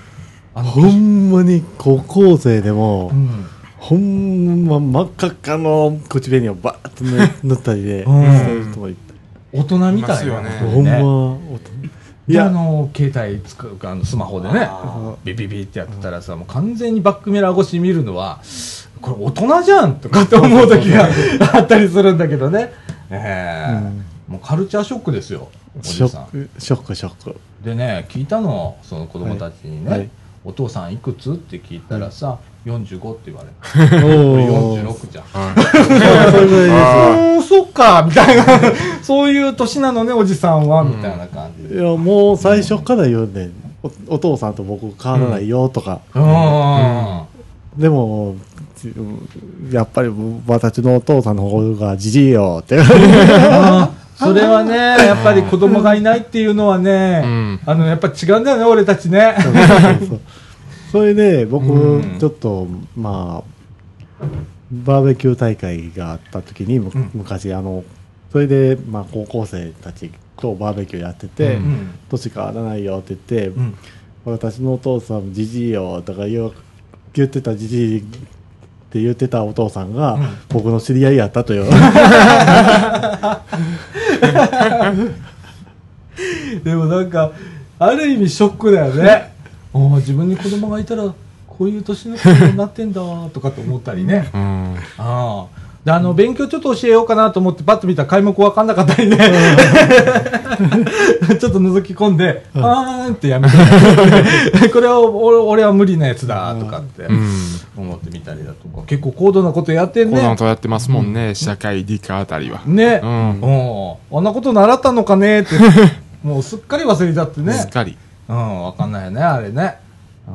[SPEAKER 1] の、
[SPEAKER 5] ほんまに高校生でも
[SPEAKER 1] う、ん。
[SPEAKER 5] ほんま真っ赤っかの口紅をバーッと塗塗ったりで、
[SPEAKER 1] うん
[SPEAKER 5] してる人もいっ
[SPEAKER 1] 大人み
[SPEAKER 2] いま
[SPEAKER 1] たい
[SPEAKER 2] す
[SPEAKER 1] な
[SPEAKER 2] よ
[SPEAKER 1] こ
[SPEAKER 2] ね
[SPEAKER 1] と
[SPEAKER 5] ぱい。
[SPEAKER 1] で
[SPEAKER 5] ほんま、
[SPEAKER 1] ね。
[SPEAKER 5] おとい
[SPEAKER 1] で、あ
[SPEAKER 5] や、
[SPEAKER 1] の、携帯使うか、あのスマホでね、ビビビってやってたらさ、もう完全にバックミラー越し見るのは、これ大人じゃんとかって 思う時があったりするんだけどね。ええもうカルチャーショックですよ。お
[SPEAKER 5] シ
[SPEAKER 1] じ
[SPEAKER 5] ョ
[SPEAKER 1] さん
[SPEAKER 5] ック、ショック、ショック。
[SPEAKER 1] でね聞いたのその子供たちにね、
[SPEAKER 5] はいはい
[SPEAKER 1] お父さんいくつって聞いたらさ、45って言われる
[SPEAKER 5] おー。
[SPEAKER 1] 46じゃん
[SPEAKER 2] は
[SPEAKER 5] そうそういうぐらい
[SPEAKER 1] あーそっかみたいなそういう年なのねおじさんは、みたいな感じ
[SPEAKER 5] です。
[SPEAKER 1] で
[SPEAKER 5] いや、もう最初から言うねん。おお父さんと僕変わらないよとか。
[SPEAKER 1] うん、
[SPEAKER 5] でも、ちやっぱり私のお父さんの方がじじいよって。
[SPEAKER 1] それはねやっぱり子供がいないっていうのはね、
[SPEAKER 2] うん
[SPEAKER 1] あのやっぱ違うんだよね俺たちね
[SPEAKER 5] そうそうそうそれで僕
[SPEAKER 1] うん
[SPEAKER 5] ちょっと、まあバーベキュー大会があった時にむ
[SPEAKER 1] うん
[SPEAKER 5] 昔あのそれで、まあ、高校生たちとバーベキューやって
[SPEAKER 1] う
[SPEAKER 5] て
[SPEAKER 2] う
[SPEAKER 1] んん
[SPEAKER 5] 年変わらないよって言って
[SPEAKER 1] うん
[SPEAKER 5] 私のお父さんじじいよとか言う言ってたじじいって言ってたお父さんが、
[SPEAKER 1] うん
[SPEAKER 5] 僕の知り合いやったと いう
[SPEAKER 1] でもなんかある意味ショックだよねおー自分に子供がいたらこういう年の子になってんだわとかと思ったりね
[SPEAKER 2] い。う
[SPEAKER 1] あ
[SPEAKER 2] ん。
[SPEAKER 1] あであの勉強ちょっと教えようかなと思ってパッと見たら皆目分かんなかったりね ちょっと覗き込んで「あーん」ってやめてこれは俺俺は無理なやつだとかって
[SPEAKER 2] うん。
[SPEAKER 1] 思ってみたりだとか結構高度なことやってん
[SPEAKER 2] コロナ
[SPEAKER 1] ね
[SPEAKER 2] とやってますもんね、社会理科あたりは。
[SPEAKER 1] ね、
[SPEAKER 2] うん
[SPEAKER 1] うんあんなこと習ったのかねって もうすっかり忘れちゃってね
[SPEAKER 2] すっかり。
[SPEAKER 1] うん、わかんないよね、あれね。うん。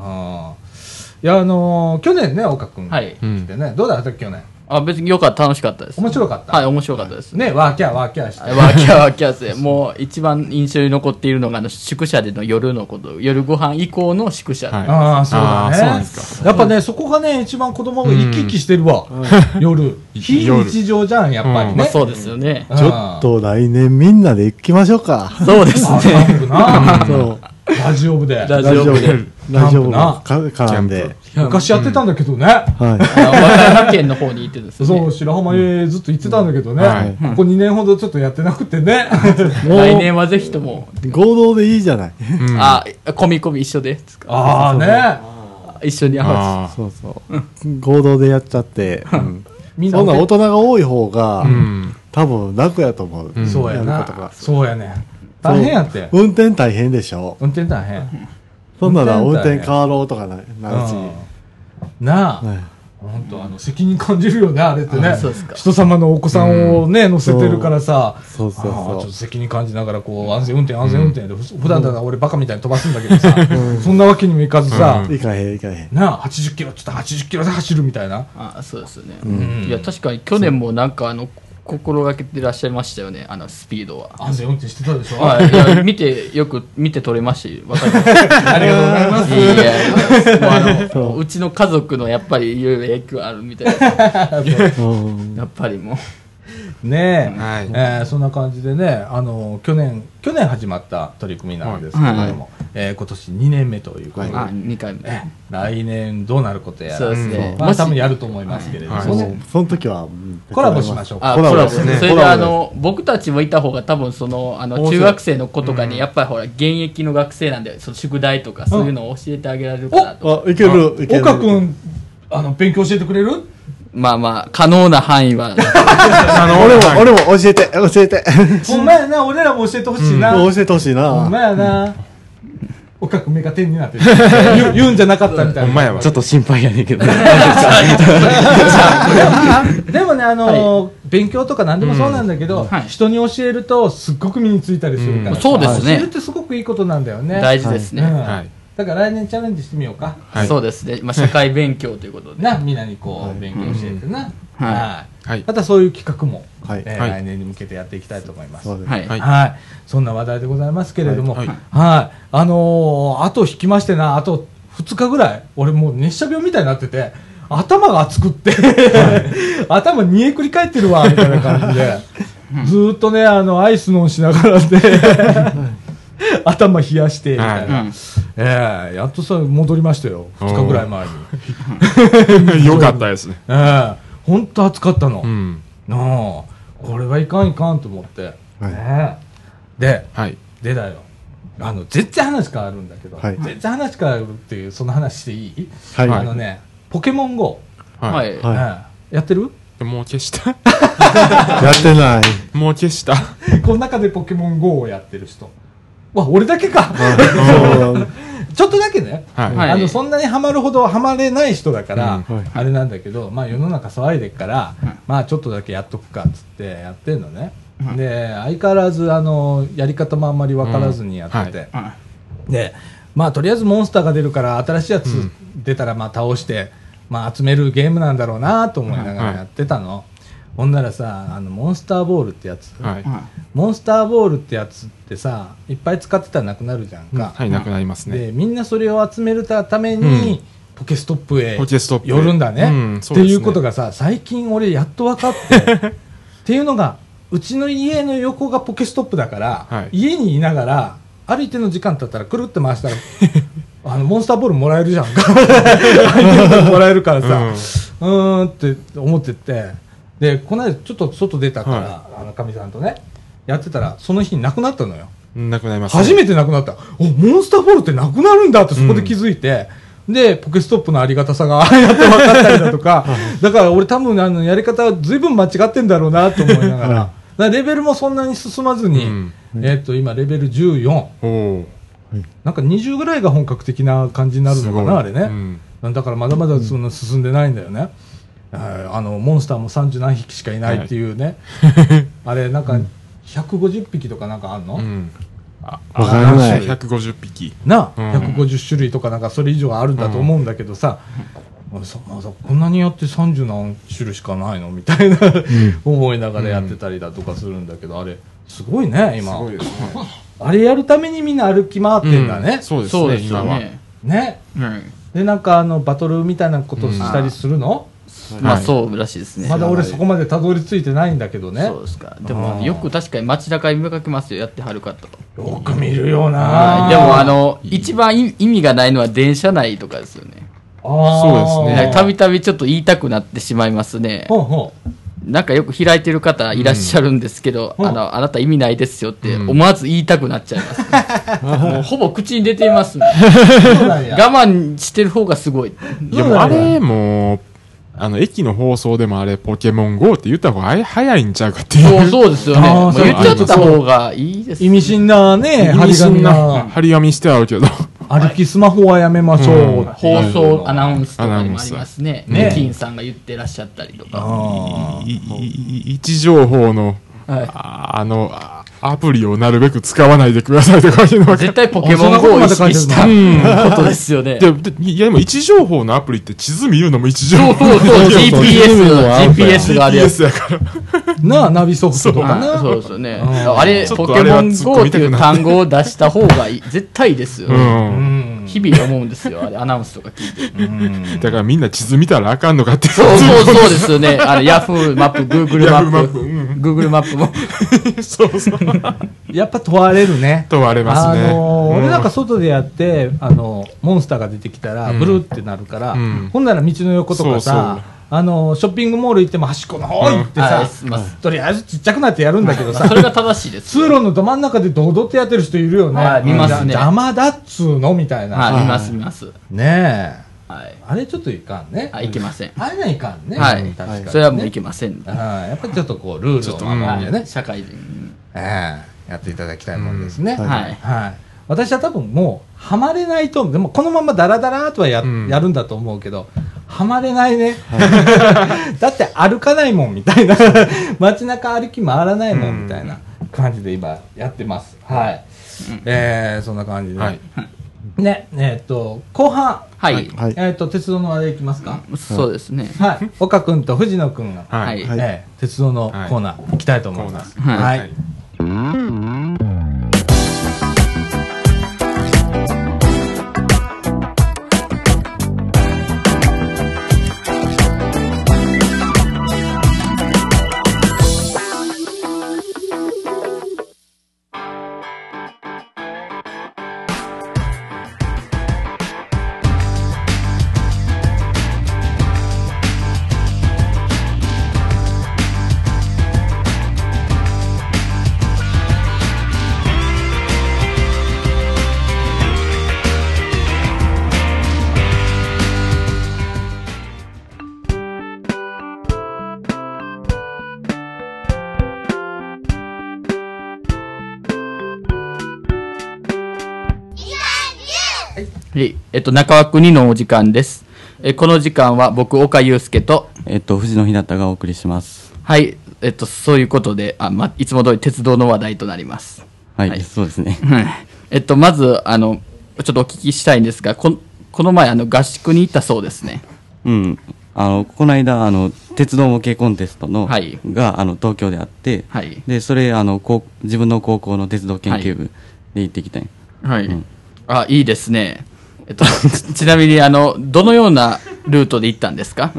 [SPEAKER 1] いや、あのー去年ね、岡くん。
[SPEAKER 3] はい
[SPEAKER 1] 来てね、どうだった去年。
[SPEAKER 3] あ、別によかった、楽しかったです。
[SPEAKER 1] 面白かった。
[SPEAKER 3] はい、面白かったです。
[SPEAKER 1] ね、ワーキャーワーキャーして。
[SPEAKER 3] わきゃわきゃせ。もう一番印象に残っているのが、あの、宿舎での夜のこと、夜ご飯以降の宿舎。
[SPEAKER 2] はい
[SPEAKER 1] ああ、そうだね。
[SPEAKER 2] あーそうなんです
[SPEAKER 1] やっぱね、そこがね、一番子供が生き生きしてるわ。 夜。非日常じゃん、やっぱりね。
[SPEAKER 2] うん
[SPEAKER 3] まあそうですよね。
[SPEAKER 1] うん
[SPEAKER 5] ちょっ。と来年みんなで行きましょうか
[SPEAKER 3] そうです
[SPEAKER 1] あ
[SPEAKER 3] ね。
[SPEAKER 1] キャンプな。
[SPEAKER 5] そう
[SPEAKER 1] ラジオ部で。
[SPEAKER 3] ラジ
[SPEAKER 5] 大
[SPEAKER 3] オ
[SPEAKER 5] 丈夫
[SPEAKER 3] 部で。
[SPEAKER 5] 大丈夫
[SPEAKER 1] な
[SPEAKER 5] か絡んで、
[SPEAKER 1] 昔やってたんだけどね。
[SPEAKER 5] はい、
[SPEAKER 3] あの和歌山県の方に行ってるんです よ、ね。
[SPEAKER 1] そう、白浜へずっと行ってたんだけどね。
[SPEAKER 2] はい
[SPEAKER 1] ここ2年ほどちょっとやってなくて ね。
[SPEAKER 5] もう
[SPEAKER 3] 来年はぜひとも、
[SPEAKER 5] 合同でいいじゃない
[SPEAKER 2] うん
[SPEAKER 3] あ、込み込み一緒でですか
[SPEAKER 1] ああね。
[SPEAKER 3] 一緒に会わ
[SPEAKER 2] あ
[SPEAKER 5] そうそう。合同でやっちゃって。うん
[SPEAKER 1] みんな
[SPEAKER 5] そんな大人が多い方が、
[SPEAKER 2] あ。 うん。
[SPEAKER 5] 多分楽やと思う。
[SPEAKER 2] ん
[SPEAKER 1] そうや
[SPEAKER 5] ること
[SPEAKER 1] な
[SPEAKER 5] が。
[SPEAKER 1] そうやね。大変やって。
[SPEAKER 5] 運転大変でしょ。
[SPEAKER 1] 運転大変。
[SPEAKER 5] そんなら運
[SPEAKER 1] 運転大変
[SPEAKER 5] 転変わろうとかななるし。
[SPEAKER 1] うんなあ、
[SPEAKER 5] はい
[SPEAKER 1] 本当あの責任感じるよね、あれってね
[SPEAKER 3] そうですか。
[SPEAKER 1] 人様のお子さんをね、乗せてるからさ。
[SPEAKER 5] そうそ
[SPEAKER 1] ああ
[SPEAKER 5] う
[SPEAKER 1] ちょっ
[SPEAKER 5] そ
[SPEAKER 1] と責任感じながら、こう、安全運転、安全運転で、ふ普段だったら俺バカみたいに飛ばすんだけどさ、そんなわけにもいかずさ
[SPEAKER 2] う、
[SPEAKER 5] う。いかへんいかへん。
[SPEAKER 1] なあ、80キロ、ちょっと80キロで走るみたいな。
[SPEAKER 3] せ。あそうですよね。
[SPEAKER 1] ん
[SPEAKER 3] いや、確かに去年もなんか、あの、心がけてらっしゃいましたよね、あの、スピードは。
[SPEAKER 1] 安全運転してたでしょ
[SPEAKER 3] はい、いや見て、よく見て取れましたよわかります。
[SPEAKER 1] ありがとうございます。
[SPEAKER 3] いやいやもうあのうちの家族のやっぱりいろいろ影響あるみたいな
[SPEAKER 5] うん
[SPEAKER 3] やっぱりもう
[SPEAKER 1] ねえ、
[SPEAKER 2] はい
[SPEAKER 1] えーそんな感じでね、あの去年去年始まった取り組みなんですけれども、えー今年2年目ということで、
[SPEAKER 3] あ2回目
[SPEAKER 1] ね来年どうなることやら、
[SPEAKER 3] そうですね
[SPEAKER 1] んまあ
[SPEAKER 3] もし
[SPEAKER 1] 多分やると思いますけれども、
[SPEAKER 2] はい
[SPEAKER 1] そうね
[SPEAKER 5] もうその時は、うん
[SPEAKER 1] コラボしましょうか。
[SPEAKER 3] あ
[SPEAKER 5] コ
[SPEAKER 3] コ
[SPEAKER 5] ラ
[SPEAKER 3] ラ
[SPEAKER 5] ボ
[SPEAKER 3] ボ
[SPEAKER 5] ですね
[SPEAKER 3] それ
[SPEAKER 5] コ
[SPEAKER 3] で
[SPEAKER 5] ラ
[SPEAKER 3] あ
[SPEAKER 5] ボです
[SPEAKER 3] の僕たちもいた方が多分そのあの
[SPEAKER 1] 面白い
[SPEAKER 3] 中学生の子とかにやっぱりほら現役の学生なんでその宿題とかそういうのを教えてあげられるかなと
[SPEAKER 5] あ、いける、いける。
[SPEAKER 1] 岡君あの勉強教えてくれる？
[SPEAKER 3] まあまあ可能な範囲は
[SPEAKER 2] あの、
[SPEAKER 5] 俺も、俺
[SPEAKER 2] 俺
[SPEAKER 5] も教えて、教えて。
[SPEAKER 1] ほんまやな、俺らも教えてほしいな。
[SPEAKER 5] もう教えてほしい
[SPEAKER 1] ほんま
[SPEAKER 5] な。
[SPEAKER 1] やな。岡君目が点になってる。言う言うんじゃなかったみたいな。
[SPEAKER 2] ほんまやわ
[SPEAKER 4] ちょっと心配やねん けど。
[SPEAKER 1] でもね、あのー勉強とか何でもそうなんだけど、
[SPEAKER 3] はい
[SPEAKER 1] 人に教えるとすっごく身についたりするから、
[SPEAKER 3] うんそうです
[SPEAKER 1] 教
[SPEAKER 3] ね
[SPEAKER 1] えるってすごくいいことなんだよね。
[SPEAKER 3] 大事です
[SPEAKER 1] う
[SPEAKER 3] ね、
[SPEAKER 1] ん
[SPEAKER 2] はい
[SPEAKER 1] だから来年チャレンジしてみようか。
[SPEAKER 2] はい
[SPEAKER 3] そうですね、まあ、社会勉強ということで
[SPEAKER 1] な、みんなにこう、勉強教えてな。
[SPEAKER 3] うん
[SPEAKER 1] はい
[SPEAKER 2] はい
[SPEAKER 1] またそういう企画も、
[SPEAKER 5] はい
[SPEAKER 1] えー
[SPEAKER 2] はい
[SPEAKER 1] 来年に向けてやっていきたいと思います。
[SPEAKER 5] そ
[SPEAKER 1] は
[SPEAKER 5] うです。
[SPEAKER 3] はい、
[SPEAKER 2] はい
[SPEAKER 1] い。そんな話題でございますけれども、は
[SPEAKER 2] はいい。
[SPEAKER 1] あのー、あと引きましてな、あと2日ぐらい、俺もう熱射病みたいになってて、頭が熱くって、 頭煮えくり返ってるわ、みたいな感じで、ずーっとね、あの、アイス飲んしながらで、頭冷やして、みたいな。
[SPEAKER 3] うん
[SPEAKER 1] ええやっとさ戻りましたよ2日ぐらい前に
[SPEAKER 2] も。 よかったですね。
[SPEAKER 1] ええ本当暑かったの、
[SPEAKER 2] うん。
[SPEAKER 1] なあこれはいかんいかんと思って、
[SPEAKER 5] は
[SPEAKER 1] ね
[SPEAKER 5] い
[SPEAKER 1] えで
[SPEAKER 2] はい。
[SPEAKER 1] でだよあの全然話変わるんだけど、
[SPEAKER 5] はい
[SPEAKER 1] 全然話変わるっていうその話していい、
[SPEAKER 5] はい
[SPEAKER 1] あのねポケモン GO、
[SPEAKER 2] は。
[SPEAKER 3] はいい、
[SPEAKER 5] はい
[SPEAKER 1] ええやってる
[SPEAKER 2] でってもう消した
[SPEAKER 5] やってない。
[SPEAKER 2] もう消した。
[SPEAKER 1] この中でポケモン GO をやってる人。わ、俺だけか。
[SPEAKER 5] そう
[SPEAKER 1] ちょっとだけね。
[SPEAKER 2] はい。
[SPEAKER 3] はい
[SPEAKER 1] あのそんなにハマるほどハマれない人だから、
[SPEAKER 2] うんはい
[SPEAKER 1] あれなんだけど、まあ、世の中騒いでっから、まあちょっとだけやっとくかっつってやってんのね、で相変わらずあのやり方もあんまり分からずにやってて、
[SPEAKER 3] うんは
[SPEAKER 1] でまあとりあえずモンスターが出るから新しいやつ
[SPEAKER 2] うん
[SPEAKER 1] 出たらまあ倒して、まあ、集めるゲームなんだろうなと思いながらやってたの、ほんならさあのモンスターボールってやつ、
[SPEAKER 2] はい。
[SPEAKER 1] モンスターボールってやつってさいっぱい使ってたらなくなるじゃんか、
[SPEAKER 2] はい、なくなりますね。
[SPEAKER 1] でみんなそれを集めるために、
[SPEAKER 2] うん
[SPEAKER 1] ポケストップへ
[SPEAKER 2] ポケストップへ
[SPEAKER 1] 寄るんだね,、
[SPEAKER 2] うん
[SPEAKER 1] っ
[SPEAKER 2] そ
[SPEAKER 1] て
[SPEAKER 2] うですね
[SPEAKER 1] いうことがさ最近俺やっと分かって っていうのがうちの家の横がポケストップだから、
[SPEAKER 2] はい
[SPEAKER 1] 家にいながら歩いての時間経ったらくるって回 したらあのモンスターボールもらえるじゃんか相手のもらえるからさ、うーんって思っててでこの間ちょっと外出たから、
[SPEAKER 2] は
[SPEAKER 1] あのかみさんとねやってたらその日なくなったのよ。
[SPEAKER 2] うんなくなりますね。
[SPEAKER 1] 初めてなくなった。お、モンスターボールってなくなるんだってそこで気づいて、で、ポケストップのありがたさが、 ああやって分かったりだとか、だから俺多分あの、やり方は随分間違ってんだろうなと思いながら、だからレベルもそんなに進まずに、
[SPEAKER 2] うん
[SPEAKER 1] えっ、と、今レベル14。
[SPEAKER 2] おお。
[SPEAKER 1] なんか20ぐらいが本格的な感じになるのか
[SPEAKER 2] すごい
[SPEAKER 1] な、あれ
[SPEAKER 2] う
[SPEAKER 1] ね
[SPEAKER 2] ん。
[SPEAKER 1] だからまだまだその進んでないんだよね。あーあの、モンスターも30何匹しかいないっていうね。あれ、なんか150匹とかなんかあんの、
[SPEAKER 2] うん。
[SPEAKER 5] わからない。
[SPEAKER 2] 150匹。
[SPEAKER 1] な、
[SPEAKER 2] うん
[SPEAKER 1] 150種類とかなんかそれ以上あるんだと思うんだけどさ、俺さまだこんなにやって30何種類しかないのみたいな、 思いながらやってたりだとかするんだけど、あれすごいね
[SPEAKER 2] す
[SPEAKER 1] 今
[SPEAKER 2] ごいですね。
[SPEAKER 1] あれやるためにみんな歩き回ってんだね
[SPEAKER 2] うん、そう
[SPEAKER 3] い
[SPEAKER 2] です
[SPEAKER 3] そう
[SPEAKER 2] ね、
[SPEAKER 3] です
[SPEAKER 2] 今
[SPEAKER 3] よ
[SPEAKER 2] は。
[SPEAKER 3] ね。
[SPEAKER 1] ね
[SPEAKER 3] うん
[SPEAKER 1] でなんかあのバトルみたいなことしたりするの、
[SPEAKER 3] まあ
[SPEAKER 2] はい
[SPEAKER 3] そうらしいですね。
[SPEAKER 1] まだ俺そこまでたどり着いてないんだけどね
[SPEAKER 3] そうですか。で
[SPEAKER 1] あ
[SPEAKER 3] も
[SPEAKER 1] ー
[SPEAKER 3] よく確かに街中に見かけますよ、やってはる方と。
[SPEAKER 1] よく見るよな
[SPEAKER 3] でもあの、一番い意味がないのは電車内とかですよね。
[SPEAKER 2] そうですね
[SPEAKER 3] なん
[SPEAKER 1] ね
[SPEAKER 3] かたびたびちょっと言いたくなってしまいますね。
[SPEAKER 1] ほうほう
[SPEAKER 3] なんかよく開いてる方いらっしゃるんですけど、
[SPEAKER 1] うん
[SPEAKER 3] あの、あなた意味ないですよって
[SPEAKER 2] うん
[SPEAKER 3] 思わず言いたくなっちゃいます、ねもうほぼ口に出ていますね。
[SPEAKER 1] そうなんや
[SPEAKER 3] 我慢してる方がすごい。
[SPEAKER 2] いや、もうあれもう、あの、駅の放送でもあれ、ポケモン GO って言った方があれ早いんちゃうかっていう。
[SPEAKER 3] そうそうですよね。
[SPEAKER 1] あー
[SPEAKER 3] もう
[SPEAKER 1] そう
[SPEAKER 3] 言っちゃった方がいいですね
[SPEAKER 1] 意味深なね
[SPEAKER 2] 意味深
[SPEAKER 1] 張り紙
[SPEAKER 2] な張り紙してあるけど。
[SPEAKER 1] 歩きスマホはやめましょう、
[SPEAKER 2] うん
[SPEAKER 3] 放送アナウンスとかにもありますね。
[SPEAKER 1] ナウンス
[SPEAKER 3] ね金さんが言ってらっしゃったりとか。
[SPEAKER 1] あ
[SPEAKER 2] いいい位置情報の、
[SPEAKER 3] はい
[SPEAKER 2] ああの、あアプリをなるべく使わないでくださいとかいうのが。
[SPEAKER 3] 絶対ポケモン GO を意識したことですよね。
[SPEAKER 2] ででいや、でも位置情報のアプリって地図見るのも位置情
[SPEAKER 3] そ
[SPEAKER 2] 報
[SPEAKER 3] うそうそう、GPS の、GPS があるやつ。
[SPEAKER 2] GPS やから。
[SPEAKER 1] ーなあナビソフトとか
[SPEAKER 3] はい
[SPEAKER 1] な
[SPEAKER 3] そうですよね。
[SPEAKER 1] うん
[SPEAKER 3] あれ、
[SPEAKER 2] ちょっ
[SPEAKER 3] ポ
[SPEAKER 2] と
[SPEAKER 3] ケ
[SPEAKER 2] あれ
[SPEAKER 3] モ
[SPEAKER 2] は
[SPEAKER 3] ン
[SPEAKER 2] 突っ
[SPEAKER 3] GO
[SPEAKER 2] 込
[SPEAKER 3] っ
[SPEAKER 2] み
[SPEAKER 3] て
[SPEAKER 2] た
[SPEAKER 3] い
[SPEAKER 2] く
[SPEAKER 3] う
[SPEAKER 2] なった
[SPEAKER 3] 単語を出した方がいい絶対ですよ
[SPEAKER 2] う。
[SPEAKER 3] ね。
[SPEAKER 1] うんん
[SPEAKER 3] 日々思うんですよ、あれ、アナウンスとか聞いて。
[SPEAKER 2] だからみんな地図見たらあかんのかっ て。
[SPEAKER 3] そうそうそうですよね。あの、ヤフーマップ、グーグルマ
[SPEAKER 2] Yahoo マ
[SPEAKER 3] ッ
[SPEAKER 2] ッ
[SPEAKER 3] プ
[SPEAKER 2] プうん、
[SPEAKER 3] グーグルマップも。
[SPEAKER 2] そうそう。
[SPEAKER 1] やっぱ問われるね
[SPEAKER 2] 問われますね。
[SPEAKER 1] あのー
[SPEAKER 2] う
[SPEAKER 1] 俺なんか外でやって、あのモンスターが出てきたら
[SPEAKER 2] うん
[SPEAKER 1] ブルーってなるから、
[SPEAKER 2] うん
[SPEAKER 1] ほんなら道の横とかさ
[SPEAKER 2] そうそう
[SPEAKER 1] あのショッピングモール行っても端っこの方行って
[SPEAKER 3] は
[SPEAKER 1] さ
[SPEAKER 3] い、まあ
[SPEAKER 1] とりあえずちっちゃくなってやるんだけどさ、
[SPEAKER 3] それが正しいです。
[SPEAKER 1] 通路のど真ん中で堂々とやってる人いるよね、
[SPEAKER 3] はい見ますね
[SPEAKER 1] うん邪魔だっつうのみたいな、
[SPEAKER 3] はい、見ます、見ます。
[SPEAKER 1] ねえ
[SPEAKER 3] はい。
[SPEAKER 1] あれちょっといかんね
[SPEAKER 3] あ、いけません。
[SPEAKER 1] あれないかんね、
[SPEAKER 3] はい
[SPEAKER 1] 確かにね
[SPEAKER 3] それはもういけません。
[SPEAKER 1] ああやっぱりちょっとこうルールを守ってね、
[SPEAKER 3] 社会人。
[SPEAKER 1] ええやっていただきたいもんですね、
[SPEAKER 5] うん
[SPEAKER 1] はい、
[SPEAKER 3] はい。
[SPEAKER 1] 私は多分もうハマれないとでもこのままダラダラとはや,、
[SPEAKER 2] うん
[SPEAKER 1] やるんだと思うけどハマれないね、 だって歩かないもんみたいな 街中歩き回らないもんみたいな感じで今やってますはい、えーそんな感じで、
[SPEAKER 2] はい
[SPEAKER 1] ねえっと後半、
[SPEAKER 3] はい。
[SPEAKER 5] はい。
[SPEAKER 1] えっと鉄道のあれいきますか、
[SPEAKER 3] そうですね。
[SPEAKER 1] はい岡君と藤野君が
[SPEAKER 2] は
[SPEAKER 3] はいい。。
[SPEAKER 5] はい
[SPEAKER 1] ええ鉄道のコーナー行きたいと思います。
[SPEAKER 3] はい
[SPEAKER 1] はい。
[SPEAKER 2] はい
[SPEAKER 6] 「
[SPEAKER 3] はいえっと、中枠2のお時間です。えこの時間は僕、岡祐介と、
[SPEAKER 6] えっと、藤野日向がお送りします。
[SPEAKER 3] はい、えっと、そういうことで、あ、ま、いつも通り鉄道の話題となります。
[SPEAKER 6] はい、
[SPEAKER 3] はい
[SPEAKER 6] そうですね。
[SPEAKER 3] はいえっと、まず、あの、ちょっとお聞きしたいんですが、こんこの前、あの、合宿に行ったそうですね。
[SPEAKER 6] うん。あの、この間、あの、鉄道模型コンテストの、
[SPEAKER 3] はい
[SPEAKER 6] が、あの、東京であって、
[SPEAKER 3] はい。
[SPEAKER 6] で、それ、あの、こう自分の高校の鉄道研究部で行ってきたんよ
[SPEAKER 3] はい。
[SPEAKER 6] うん
[SPEAKER 3] あ、いいですね。えっと、ちちなみに、あの、どのようなルートで行ったんですか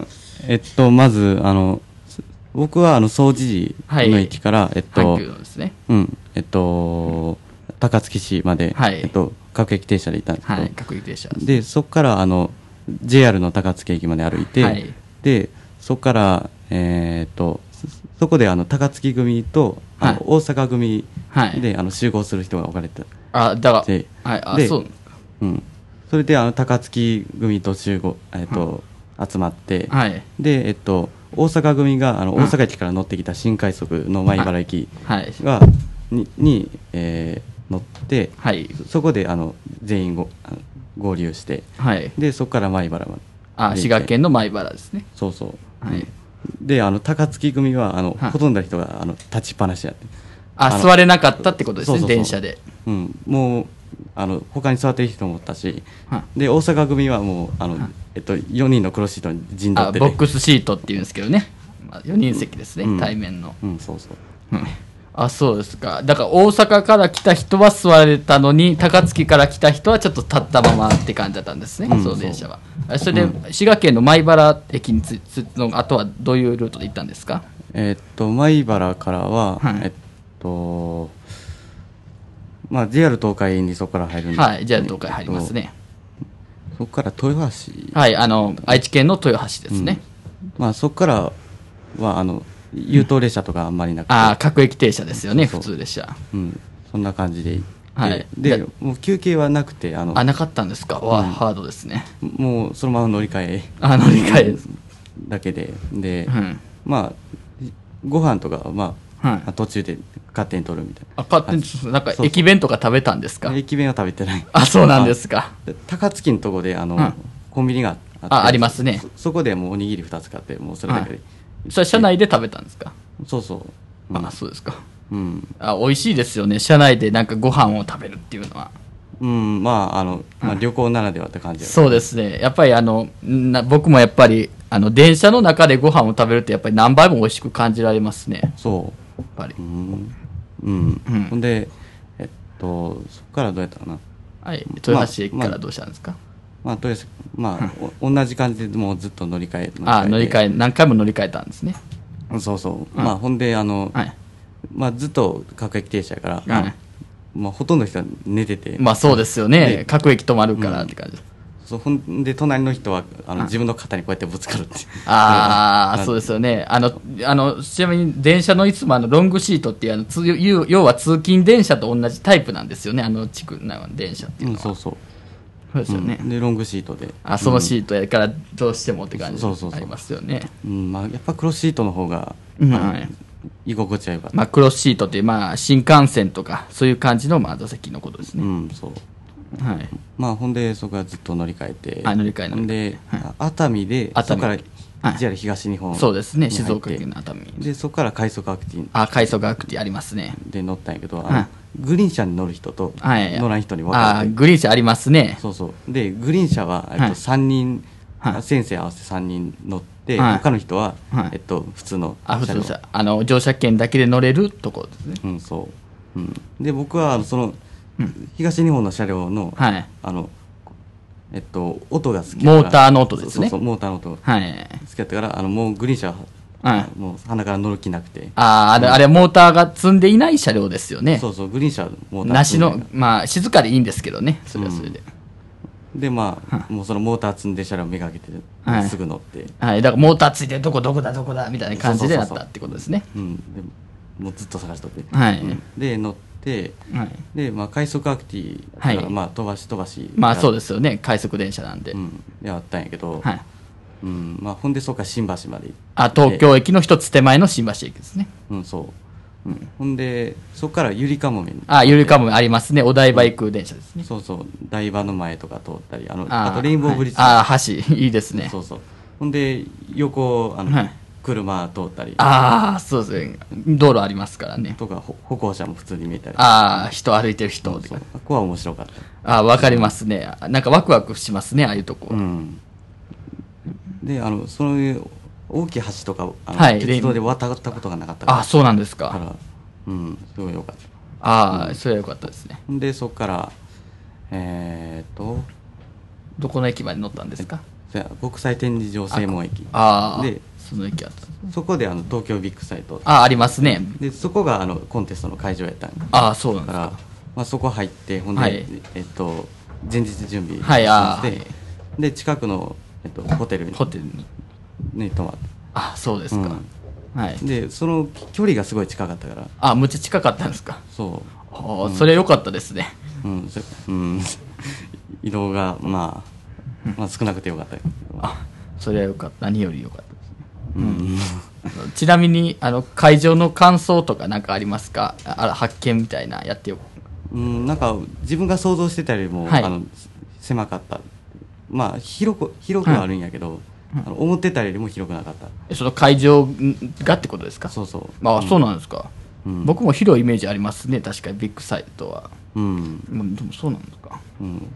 [SPEAKER 6] えっと、まず、あの、す僕は、あの、総知事の駅から、えっ
[SPEAKER 3] 阪
[SPEAKER 6] と
[SPEAKER 3] 急、のですね。
[SPEAKER 6] うん、えっと、高槻市まで、
[SPEAKER 3] はい
[SPEAKER 6] えっと、各駅停車で行ったんですけど、
[SPEAKER 3] はい。各駅停車。
[SPEAKER 6] で、そこから、あの、JR の高槻駅まで歩いて、
[SPEAKER 3] はい
[SPEAKER 6] で、そこから、えーっと、そそこで、あの、高槻組と、あの
[SPEAKER 3] はい
[SPEAKER 6] 大阪組
[SPEAKER 3] はい
[SPEAKER 6] で、あの、集合する人が置かれてた。
[SPEAKER 3] あ、だが、はい
[SPEAKER 6] で、
[SPEAKER 3] あ、
[SPEAKER 6] で
[SPEAKER 3] そう。
[SPEAKER 6] うん。それで、あの、高槻組と集合、えっと、集まって、
[SPEAKER 3] はい。
[SPEAKER 6] で、えっと、大阪組が、あの、大阪駅から乗ってきた新快速の米原駅
[SPEAKER 3] はい。
[SPEAKER 6] が、に、にえー乗って、
[SPEAKER 3] はい。
[SPEAKER 6] そこで、あの、全員ごあの合流して、
[SPEAKER 3] はい。
[SPEAKER 6] で、そこから米原まで。
[SPEAKER 3] あ、
[SPEAKER 6] で
[SPEAKER 3] 滋賀県の米原ですね。
[SPEAKER 6] そうそう。
[SPEAKER 3] はい。
[SPEAKER 6] で、あの、高槻組は、あの、
[SPEAKER 3] はい
[SPEAKER 6] ほとんどの人が、あの、立ちっぱなしやって。
[SPEAKER 3] あ、
[SPEAKER 6] あの
[SPEAKER 3] 座れなかったってことです
[SPEAKER 6] そう
[SPEAKER 3] ね、
[SPEAKER 6] そうそう
[SPEAKER 3] 電車で。
[SPEAKER 6] うん。もう、あの、他に座ってる人もおったし、
[SPEAKER 3] はい
[SPEAKER 6] で、大阪組はもう、あの
[SPEAKER 3] はい、
[SPEAKER 6] えっと、4人の黒シートに陣取
[SPEAKER 3] あ、
[SPEAKER 6] って
[SPEAKER 3] ボ
[SPEAKER 6] て
[SPEAKER 3] ックスシートっていうんですけどね。まあ、4人席です
[SPEAKER 6] う
[SPEAKER 3] ね、
[SPEAKER 6] ん
[SPEAKER 3] 対面の。
[SPEAKER 6] うん、そうそう。
[SPEAKER 3] うんあ、そうですか。だから大阪から来た人は座れたのに、高槻から来た人はちょっと立ったままって感じだったんですね、
[SPEAKER 6] うん
[SPEAKER 3] その電車は。あそれで、滋賀県の米原駅につつの、あとはどういうルートで行ったんですか
[SPEAKER 6] えっと、米原からは、
[SPEAKER 3] はい
[SPEAKER 6] えっと、まあ、JR 東海にそこから入るんで、
[SPEAKER 3] はい、じゃあ東海入りますね。
[SPEAKER 6] そこから豊橋
[SPEAKER 3] はい、あの、愛知県の豊橋ですね。
[SPEAKER 6] まあそこからはあの優等列車とかあんまりなくて、
[SPEAKER 3] ああ、各駅停車ですよね、
[SPEAKER 6] そうそう
[SPEAKER 3] 普通列車。
[SPEAKER 6] うん、そんな感じで行って、
[SPEAKER 3] はい
[SPEAKER 6] で
[SPEAKER 3] で
[SPEAKER 6] もう休憩はなくてあの
[SPEAKER 3] あ、なかったんですかわあ、ハードですね。
[SPEAKER 6] もうそのまま乗り換え
[SPEAKER 3] あ、乗り換えです。
[SPEAKER 6] だけでで、
[SPEAKER 3] うん。
[SPEAKER 6] まあご飯とかはまあ、
[SPEAKER 3] はい
[SPEAKER 6] まあ途中で勝手に取るみたい
[SPEAKER 3] あ、勝手に、なんか
[SPEAKER 6] そう
[SPEAKER 3] 駅弁とか食べたんですか
[SPEAKER 6] な駅弁は食べてない
[SPEAKER 3] あ、そうなんですか。
[SPEAKER 6] あで高槻のとこであの、
[SPEAKER 3] うん
[SPEAKER 6] コンビニがあって
[SPEAKER 3] あありますね
[SPEAKER 6] そそこでもうおにぎり2つ買ってもうそれだけで、
[SPEAKER 3] はそれは車内で食べたんですか
[SPEAKER 6] そうそううん
[SPEAKER 3] あ、そうですか。
[SPEAKER 6] うん、
[SPEAKER 3] あ、美味しいですよね。車内でなんかご飯を食べるっていうのは。
[SPEAKER 6] うん、まああの、まあ、旅行ならではって感じや
[SPEAKER 3] そうですね。やっぱりあの、な僕もやっぱり、あの、電車の中でご飯を食べるとやっぱり何倍も美味しく感じられますね。
[SPEAKER 6] そう
[SPEAKER 3] やっぱり
[SPEAKER 6] う。ん、うん
[SPEAKER 3] うん
[SPEAKER 6] ほんでえっとそこからどうやったかな
[SPEAKER 3] はい。豊橋駅からどうしたんですか、
[SPEAKER 6] まあとりあえずまあ、お同じ感じでもうずっと乗り換え
[SPEAKER 3] あ、乗り換
[SPEAKER 6] え
[SPEAKER 3] え、何回も乗り換えたんですね。
[SPEAKER 6] てそうそう、まあほんであの、
[SPEAKER 3] はい。
[SPEAKER 6] まあずっと各駅停車やから、
[SPEAKER 3] はい
[SPEAKER 6] まあほとんどの人は寝てて、
[SPEAKER 3] まあそうですよね。
[SPEAKER 6] ね
[SPEAKER 3] 各駅止まるからって感じ。
[SPEAKER 6] そうほんで隣の人はあの自分の肩にこうやってぶつかるって
[SPEAKER 3] ああ、そうですすよね。あの、あの、ちなみに電車のいつもあの、ロングシートっていう、あの、つ要要は通勤電車と同じタイプなんですよね。あの、地区の電車っていううの
[SPEAKER 6] ん
[SPEAKER 3] は。
[SPEAKER 6] そ
[SPEAKER 3] そう
[SPEAKER 6] うそう
[SPEAKER 3] うですよね。
[SPEAKER 6] うんでロングシートで
[SPEAKER 3] あ、そのシートやからどうしてもって感じ
[SPEAKER 6] そうそうそう
[SPEAKER 3] ありますよね。
[SPEAKER 6] うんまあやっぱ黒シートの方が、
[SPEAKER 3] はい。
[SPEAKER 6] 居心地は良かった、
[SPEAKER 3] まあ、クロスシートっていう、まあ、新幹線とか、そういう感じの、まあ、座席のことです
[SPEAKER 6] う
[SPEAKER 3] ね。
[SPEAKER 6] んそう
[SPEAKER 3] はい。
[SPEAKER 6] まあほんでそこはずっと乗り換えて
[SPEAKER 3] あ乗り換え乗り換
[SPEAKER 6] ほ
[SPEAKER 3] え
[SPEAKER 6] んで、熱海で
[SPEAKER 3] 熱海
[SPEAKER 6] そこか
[SPEAKER 3] は
[SPEAKER 6] ら
[SPEAKER 3] い
[SPEAKER 6] JR 東日本、
[SPEAKER 3] そうですね、
[SPEAKER 6] に入
[SPEAKER 3] 静
[SPEAKER 6] って
[SPEAKER 3] 岡県の熱海。
[SPEAKER 6] でそこから快速アクティン
[SPEAKER 3] あ、海藻学ってありますね。
[SPEAKER 6] で乗ったんやけど、あの
[SPEAKER 3] はい
[SPEAKER 6] グリーン車に乗る人と
[SPEAKER 3] はい。
[SPEAKER 6] 乗らん人に分
[SPEAKER 3] あ
[SPEAKER 6] かれて、
[SPEAKER 3] グリーン車ありますね。
[SPEAKER 6] そうそうでグリーン車は、えっ
[SPEAKER 3] は
[SPEAKER 6] と、
[SPEAKER 3] い
[SPEAKER 6] 3人、
[SPEAKER 3] はい
[SPEAKER 6] 先生合わせ3人乗って、
[SPEAKER 3] はい
[SPEAKER 6] 他の人は、
[SPEAKER 3] はい
[SPEAKER 6] えっと、普通の
[SPEAKER 3] あ、普
[SPEAKER 6] 両
[SPEAKER 3] 通車。あの、乗車券だけで乗れるところですね。
[SPEAKER 6] うんそう、うん、で僕はあのその、東日本の車両の、
[SPEAKER 3] はい。
[SPEAKER 6] あのえっと音が好き
[SPEAKER 3] モーターの音ですね
[SPEAKER 6] そうそうそうモーターの音が
[SPEAKER 3] はい。
[SPEAKER 6] 付き合ってからあのもうグリーン車、
[SPEAKER 3] はい。
[SPEAKER 6] もう鼻から乗る気なくて
[SPEAKER 3] あーあれ、あれ、モーターが積んでいない車両ですよね。
[SPEAKER 6] そうそうグリーン車もう
[SPEAKER 3] なしの、まあ、静かでいいんですけどね。それはそれで。
[SPEAKER 6] でまあもうそのモーター積んで車両めがけて、
[SPEAKER 3] はい
[SPEAKER 6] すぐ乗って、
[SPEAKER 3] はい。だから、モーターついてるとこ、どこだ、どこだ、みたいな感じで
[SPEAKER 6] そ
[SPEAKER 3] な
[SPEAKER 6] う
[SPEAKER 3] っ
[SPEAKER 6] そうそうそう
[SPEAKER 3] たってことですね。
[SPEAKER 6] うん、でもうずっと探しとって、
[SPEAKER 3] はい
[SPEAKER 6] うんで乗って
[SPEAKER 3] はい。
[SPEAKER 6] で、まあ、快速アクティだから、
[SPEAKER 3] はい
[SPEAKER 6] まあ飛ばし飛ばし
[SPEAKER 3] まあ、そう
[SPEAKER 6] で
[SPEAKER 3] ですよね。快速電車なんで。
[SPEAKER 6] うん、であったんやけど、
[SPEAKER 3] はい。
[SPEAKER 6] うんまあ、ほんでそっから新橋まで行って
[SPEAKER 3] あ、東京駅の一つ手前の新橋駅ですね。
[SPEAKER 6] うん、そう。うんほんでそこからゆりかもめに
[SPEAKER 3] あ、ゆりかもめありますね。お台場行く電車ですね。
[SPEAKER 6] そうそう台場の前とか通ったりあの
[SPEAKER 3] ー
[SPEAKER 6] あとレインボーブリッジ、
[SPEAKER 3] はいあー、橋。いいですね
[SPEAKER 6] そ。うそうほんで横をあの、
[SPEAKER 3] はい
[SPEAKER 6] 車通ったり
[SPEAKER 3] ああ、そうですね。道路ありますからね。
[SPEAKER 6] とかほ歩行者も普通に見えたり
[SPEAKER 3] ああ、人歩いてる人
[SPEAKER 6] そうここは面白かった
[SPEAKER 3] ああ、わかりますね。なんかワクワクしますね、ああいうとこ。
[SPEAKER 6] うん、であのそういう大きい橋とかあの、
[SPEAKER 3] はい
[SPEAKER 6] 鉄道で渡ったことがなかったから
[SPEAKER 3] ああ、そうなんです
[SPEAKER 6] か
[SPEAKER 3] か。
[SPEAKER 6] ら、うん、すごい良かった
[SPEAKER 3] ああ、それはよかったですね。
[SPEAKER 6] ほんでそこからえー、っと
[SPEAKER 3] どこの駅まで乗ったんですか
[SPEAKER 6] そや国際展示場正門駅
[SPEAKER 3] ああ、
[SPEAKER 6] で
[SPEAKER 3] その駅あった。
[SPEAKER 6] そこであの東京ビッグサイト
[SPEAKER 3] ああ、ありますね。
[SPEAKER 6] でそこがあのコンテストの会場やったんだ
[SPEAKER 3] ああ、そうなん
[SPEAKER 6] か
[SPEAKER 3] で
[SPEAKER 6] ら、まあ、そこ入ってほんで、
[SPEAKER 3] はい
[SPEAKER 6] えっと前日準備
[SPEAKER 3] はいあー
[SPEAKER 6] して、で近くの、えっと、ホテルに
[SPEAKER 3] す。ホテルに。
[SPEAKER 6] に泊まって
[SPEAKER 3] ああ、そうですか。はい。
[SPEAKER 6] でその距離がすごい近かったから
[SPEAKER 3] ああ、むっちゃ近かったんですか。
[SPEAKER 6] そ
[SPEAKER 3] ああ、それはよかったですね。
[SPEAKER 6] ううんそうん、移動がまあ、まあ、少なくてよかったけど
[SPEAKER 3] あそれはよかった。何よりよかったですね。
[SPEAKER 6] うん
[SPEAKER 3] ちなみに、あの、会場の感想とかなんかありますかああら発見みたいな、やってよ。
[SPEAKER 6] うん、なんか自分が想像してたよりも、
[SPEAKER 3] はい
[SPEAKER 6] あの狭かったまあ広く広くはあるんやけど、あの思ってたよりも広くなかった、
[SPEAKER 3] その会場がってことですか
[SPEAKER 6] そうそう
[SPEAKER 3] ああ、そうなんですか。
[SPEAKER 6] うん
[SPEAKER 3] 僕も広いイメージありますね、確かにビッグサイトは。
[SPEAKER 6] うん
[SPEAKER 3] まあでもそうなんですか。
[SPEAKER 6] うん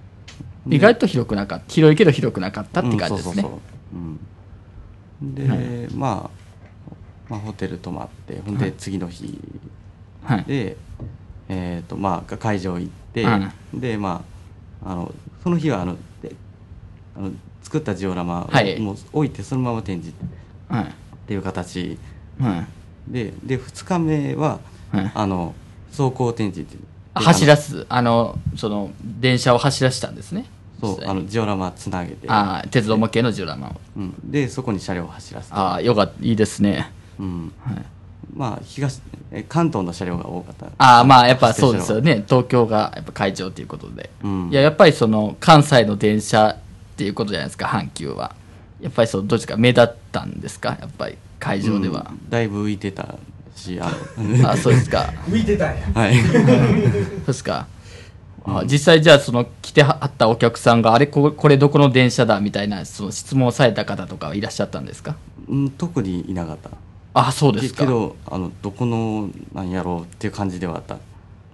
[SPEAKER 3] 意外と広くなかった。広いけど広くなかったって感じです
[SPEAKER 6] うん、そうそう
[SPEAKER 3] ね。
[SPEAKER 6] そう、うん、で、まあ、まあホテル泊まってほんで次の日
[SPEAKER 3] はい。
[SPEAKER 6] で、えっ、とまあ会場行って、
[SPEAKER 3] は
[SPEAKER 6] でまああのその日はあのであの作ったジオラマを、
[SPEAKER 3] はい
[SPEAKER 6] もう置いてそのまま展示
[SPEAKER 3] はい。
[SPEAKER 6] っていう形
[SPEAKER 3] はい。
[SPEAKER 6] でで2日目は、
[SPEAKER 3] はい
[SPEAKER 6] あの走行展示って
[SPEAKER 3] あ走ら
[SPEAKER 6] す
[SPEAKER 3] す、あの、その、電車を走らしたんですね。
[SPEAKER 6] そう
[SPEAKER 3] 実
[SPEAKER 6] あ
[SPEAKER 3] 際に
[SPEAKER 6] のジオラマつなげて、
[SPEAKER 3] ああ、鉄道模型のジオラマを。
[SPEAKER 6] うん、でそこに車両を走らせて、
[SPEAKER 3] ああ、よかった、いいですね。
[SPEAKER 6] うん、
[SPEAKER 3] はい、
[SPEAKER 6] まあ東え関東の車両が多かった
[SPEAKER 3] ああ、まあ、やっぱそうですよね。東京がやっぱ会場ということで。
[SPEAKER 6] うん
[SPEAKER 3] いや、やっぱりその、関西の電車っていうことじゃないですか、阪急は。やっぱりそう、どっちか目立ったんですか、やっぱり会場では。
[SPEAKER 6] だいぶ浮いてたしあ
[SPEAKER 3] ああ、そうですか。
[SPEAKER 1] 浮いてたんや。
[SPEAKER 6] のはい
[SPEAKER 3] そうですか。あ実際じゃあその来てはったお客さんがあれここれどこの電車だみたいなその質問をされた方とかはいらっしゃったんですか
[SPEAKER 6] うん特にいなかった
[SPEAKER 3] あそうですか
[SPEAKER 6] けどあのどこのなんやろうっていう感じではあった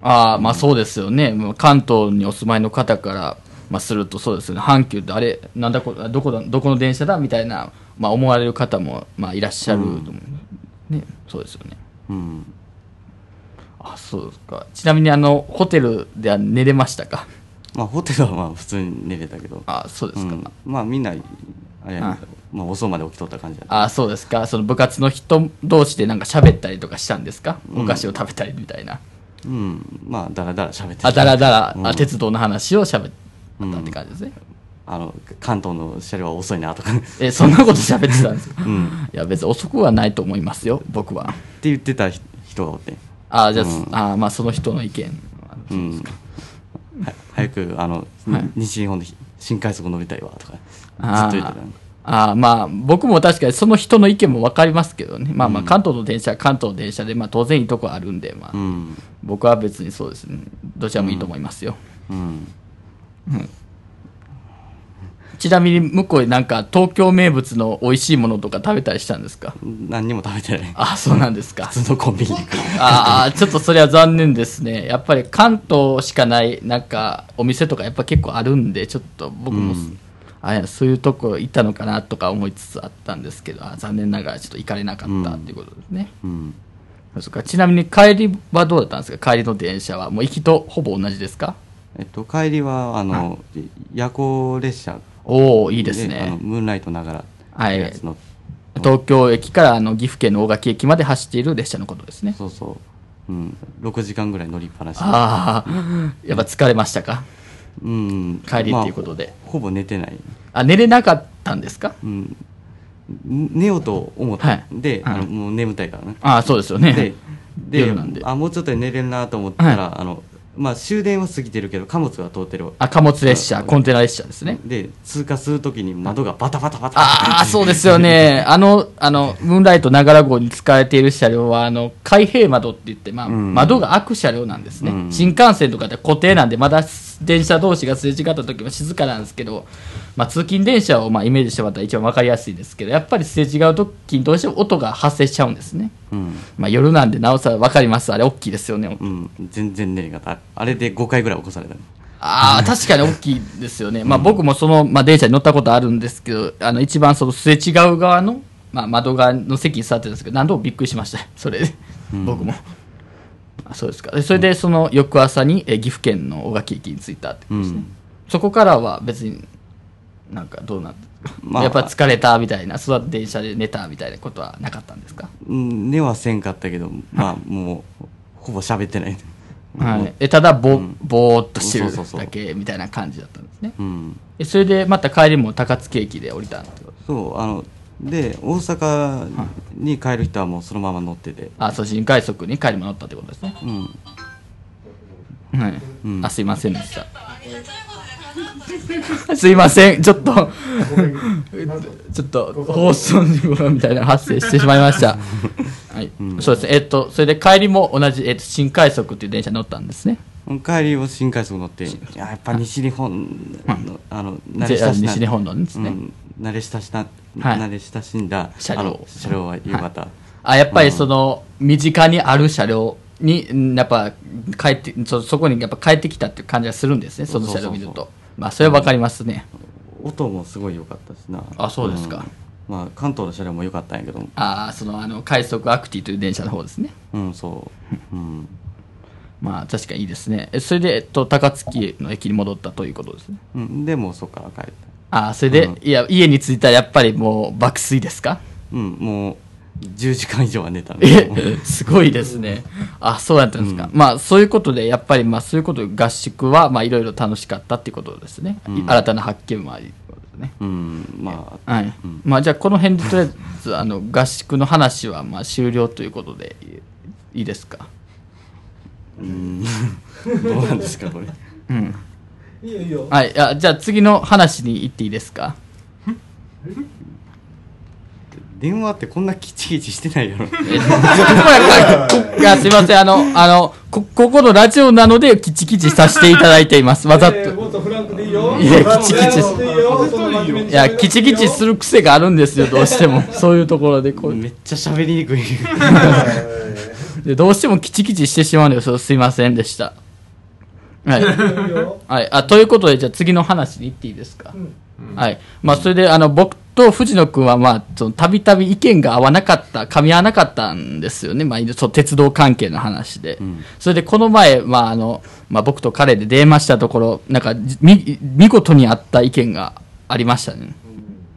[SPEAKER 3] ああまあそうですよね、もう関東にお住まいの方から、まあ、するとそうですよね阪急ってあれなんだこどこだどこの電車だみたいな、まあ、思われる方も、まあ、いらっしゃると思う、ねそうですよね
[SPEAKER 6] うん
[SPEAKER 3] あそうですかちなみにあのホテルでは寝れましたか
[SPEAKER 6] まあホテルはまあ普通に寝れたけど
[SPEAKER 3] あそうですか、
[SPEAKER 6] うんまあみんなあれやねんけど
[SPEAKER 3] あ
[SPEAKER 6] まあ遅うまで起きとった感じだった
[SPEAKER 3] あそうですかその部活の人同士でなんか喋ったりとかしたんですかお菓子を食べたりみたいな、
[SPEAKER 6] うんまあだらだら喋ってた
[SPEAKER 3] あだらだら、
[SPEAKER 6] うん
[SPEAKER 3] あ鉄道の話を喋ったって感じですね、
[SPEAKER 6] あの関東の車両は遅いなとか
[SPEAKER 3] えそんなこと喋ってたんですか、
[SPEAKER 6] ん
[SPEAKER 3] いや別に遅くはないと思いますよ僕は
[SPEAKER 6] って言ってた人人がおって
[SPEAKER 3] あじゃあ,、
[SPEAKER 6] うん
[SPEAKER 3] あまあその人の意見
[SPEAKER 6] うんは早くあの、
[SPEAKER 3] はい
[SPEAKER 6] 西日本で新快速乗りたいわとかず
[SPEAKER 3] あ
[SPEAKER 6] っと言ってた
[SPEAKER 3] あーまあ僕も確かにその人の意見も分かりますけどねまあまあ関東の電車は関東の電車で、まあ、当然いいとこあるんで、まあ
[SPEAKER 6] うん
[SPEAKER 3] 僕は別にそうですねどちらもいいと思いますよ、
[SPEAKER 6] うん
[SPEAKER 3] ちなみに向こうでなんか東京名物の美味しいものとか食べたりしたんですか
[SPEAKER 6] 何にも食べてない
[SPEAKER 3] ああそうなんですか
[SPEAKER 6] 普通のコンビニに行く
[SPEAKER 3] ああちょっとそれは残念ですねやっぱり関東しかないなんかお店とかやっぱ結構あるんでちょっと僕も、あれそういうとこ行ったのかなとか思いつつあったんですけどあ残念ながらちょっと行かれなかったっていうことですね、
[SPEAKER 6] うん
[SPEAKER 3] そうかちなみに帰りはどうだったんですか帰りの電車はもう行きとほぼ同じですか
[SPEAKER 6] えっと帰りはあの夜行列車
[SPEAKER 3] おおいいです
[SPEAKER 6] あの
[SPEAKER 3] ね
[SPEAKER 6] ムーンライトながら
[SPEAKER 3] はい
[SPEAKER 6] やつの
[SPEAKER 3] 東京駅からあの岐阜県の大垣駅まで走っている列車のことですね
[SPEAKER 6] そうそう、うん、6時間ぐらい乗りっぱなし
[SPEAKER 3] ああやっぱ疲れましたか
[SPEAKER 6] うん、
[SPEAKER 3] 帰りっていうことで
[SPEAKER 6] まあほほぼ寝てない、
[SPEAKER 3] あ寝れなかったんですか
[SPEAKER 6] うん、寝ようと思った、
[SPEAKER 3] はい
[SPEAKER 6] で、あ
[SPEAKER 3] は
[SPEAKER 6] の
[SPEAKER 3] い
[SPEAKER 6] もう眠たいからね
[SPEAKER 3] ああそうですよね
[SPEAKER 6] でで
[SPEAKER 3] 夜なんで
[SPEAKER 6] あもうちょっとで寝れるなと思ったら、
[SPEAKER 3] は
[SPEAKER 6] あのまあ終電は過ぎてるけど貨物が通ってる
[SPEAKER 3] あ貨物列車コンテナ列車ですね
[SPEAKER 6] で通過するときに窓がバタバタバタ
[SPEAKER 3] ああ、そうですよね。あの、あの、ムーンライト長良号に使われている車両は、あの、開閉窓って言って、まあ、
[SPEAKER 6] うん
[SPEAKER 3] 窓が開く車両なんですね。
[SPEAKER 6] うん
[SPEAKER 3] 新幹線とかで固定なんで、まだ電車同士がすれ違った時は静かなんですけど、まあ、通勤電車をまあイメージしてもらったら一番わかりやすいですけど、やっぱりすれ違う時にどうしても音が発生しちゃうんですね。
[SPEAKER 6] うん
[SPEAKER 3] まあ、夜なんでなおさらわかります。あれ、大きいですよね。
[SPEAKER 6] うん全然寝れんかったあれで5回ぐらい起こされたの
[SPEAKER 3] ああ、確かに大きいですよね。まあ僕もその、まあ電車に乗ったことあるんですけど、あの一番そのすれ違う側の、まあ窓側の席に座ってたんですけど、何度もびっくりしました。 それで、僕も。あそうですか。でそれでその翌朝に、え岐阜県の小垣駅に着いたってことですね。
[SPEAKER 6] うん
[SPEAKER 3] そこからは別になんかどうなった、
[SPEAKER 6] まあ
[SPEAKER 3] やっぱ疲れたみたいな、育て電車で寝たみたいなことはなかったんですか
[SPEAKER 6] うん寝はせんかった けどまあもうほぼ喋ってない
[SPEAKER 3] はい。えただぼ、ぼーっとして
[SPEAKER 6] そうそう
[SPEAKER 3] る
[SPEAKER 6] そう
[SPEAKER 3] だけみたいな感じだったんですね。
[SPEAKER 6] うん
[SPEAKER 3] えそれでまた帰りも高槻駅で降りたってこと
[SPEAKER 6] そうあので大阪に帰る人はもうそのまま乗ってて
[SPEAKER 3] あ、そう、新快速に帰りも乗ったってことですね。
[SPEAKER 6] うん
[SPEAKER 3] はい。
[SPEAKER 6] ん
[SPEAKER 3] あ、すいませんでした。 すいません、ちょっと、ちょっと、放送事故みたいなの発生してしまいま した。はい、そうですね。えっと、それで帰りも同じ、えっと、新快速っていう電車に乗ったんですね。
[SPEAKER 6] 帰りを新快速乗っていややっぱ西日本のあの慣れ
[SPEAKER 3] JR
[SPEAKER 6] 親しんだ
[SPEAKER 3] 西日本のですね
[SPEAKER 6] うん慣れ親しな
[SPEAKER 3] はい
[SPEAKER 6] 慣れ親しんだ
[SPEAKER 3] 車両
[SPEAKER 6] あの車両は良かった
[SPEAKER 3] あ、やっぱりその、身近にある車両に、んやっぱ、帰って、そ、そこにやっぱ帰ってきたっていう感じがするんですね、その車両を見る
[SPEAKER 6] そうそう
[SPEAKER 3] と。まあ、それはわかりますね。
[SPEAKER 6] 音もすごい良かったしな
[SPEAKER 3] あそうですか
[SPEAKER 6] うんまあ関東の車両も良かったんやけど
[SPEAKER 3] ああ、その、あの、快速アクティという電車の方ですね。
[SPEAKER 6] うんそううん
[SPEAKER 3] まあ確かにいいですね。えそれで、えっと、高槻の駅に戻ったということですね。
[SPEAKER 6] うんでもうそこから帰った
[SPEAKER 3] ああ、それで、
[SPEAKER 6] うん
[SPEAKER 3] いや、家に着いたらやっぱりもう爆睡ですか
[SPEAKER 6] うんもう10時間以上は寝たの
[SPEAKER 3] え、すごいですね。あ、そうやったんですか。まあそういうことで、やっぱりまあそういうことで合宿は、まあいろいろ楽しかったっていうことですね。
[SPEAKER 6] ん
[SPEAKER 3] 新たな発見もありますね。
[SPEAKER 6] うんまあ
[SPEAKER 3] はい。まあじゃあこの辺でとりあえず、あ の、合宿の話はまあ終了ということで、いいいですか。
[SPEAKER 6] どうなんですかこ
[SPEAKER 1] い
[SPEAKER 6] れ
[SPEAKER 1] いよいいよ
[SPEAKER 3] はい。あじゃあ次の話に行っていいですか。
[SPEAKER 6] 電話ってこんなキチキチしてないやろ
[SPEAKER 3] いやすいません、あの、あの、こ、ここのラジオなので、キチキチさせていただいています。わざと。
[SPEAKER 1] もっとフランクでいいよ
[SPEAKER 3] いやキチキチ
[SPEAKER 1] いいよそんな真面目に喋らなく
[SPEAKER 3] い
[SPEAKER 1] てい
[SPEAKER 3] や、キチキチする癖があるんですよ、どうしても。そういうところで、こう。
[SPEAKER 6] めっちゃ喋りにくい
[SPEAKER 3] でどうしてもキチキチしてしまうのよ、そうすいませんでした。はい。
[SPEAKER 1] いいよ
[SPEAKER 3] はい。あ、ということで、じゃあ次の話に行っていいですか。はい。まあ、それで、あの、僕と藤野くんは、まあ、その、たびたび意見が合わなかった、噛み合わなかったんですよね。まあ、そう、鉄道関係の話で。それで、この前、まあ、あの、まあ、僕と彼で電話したところ、なんか、じみ、見事に合った意見がありましたね。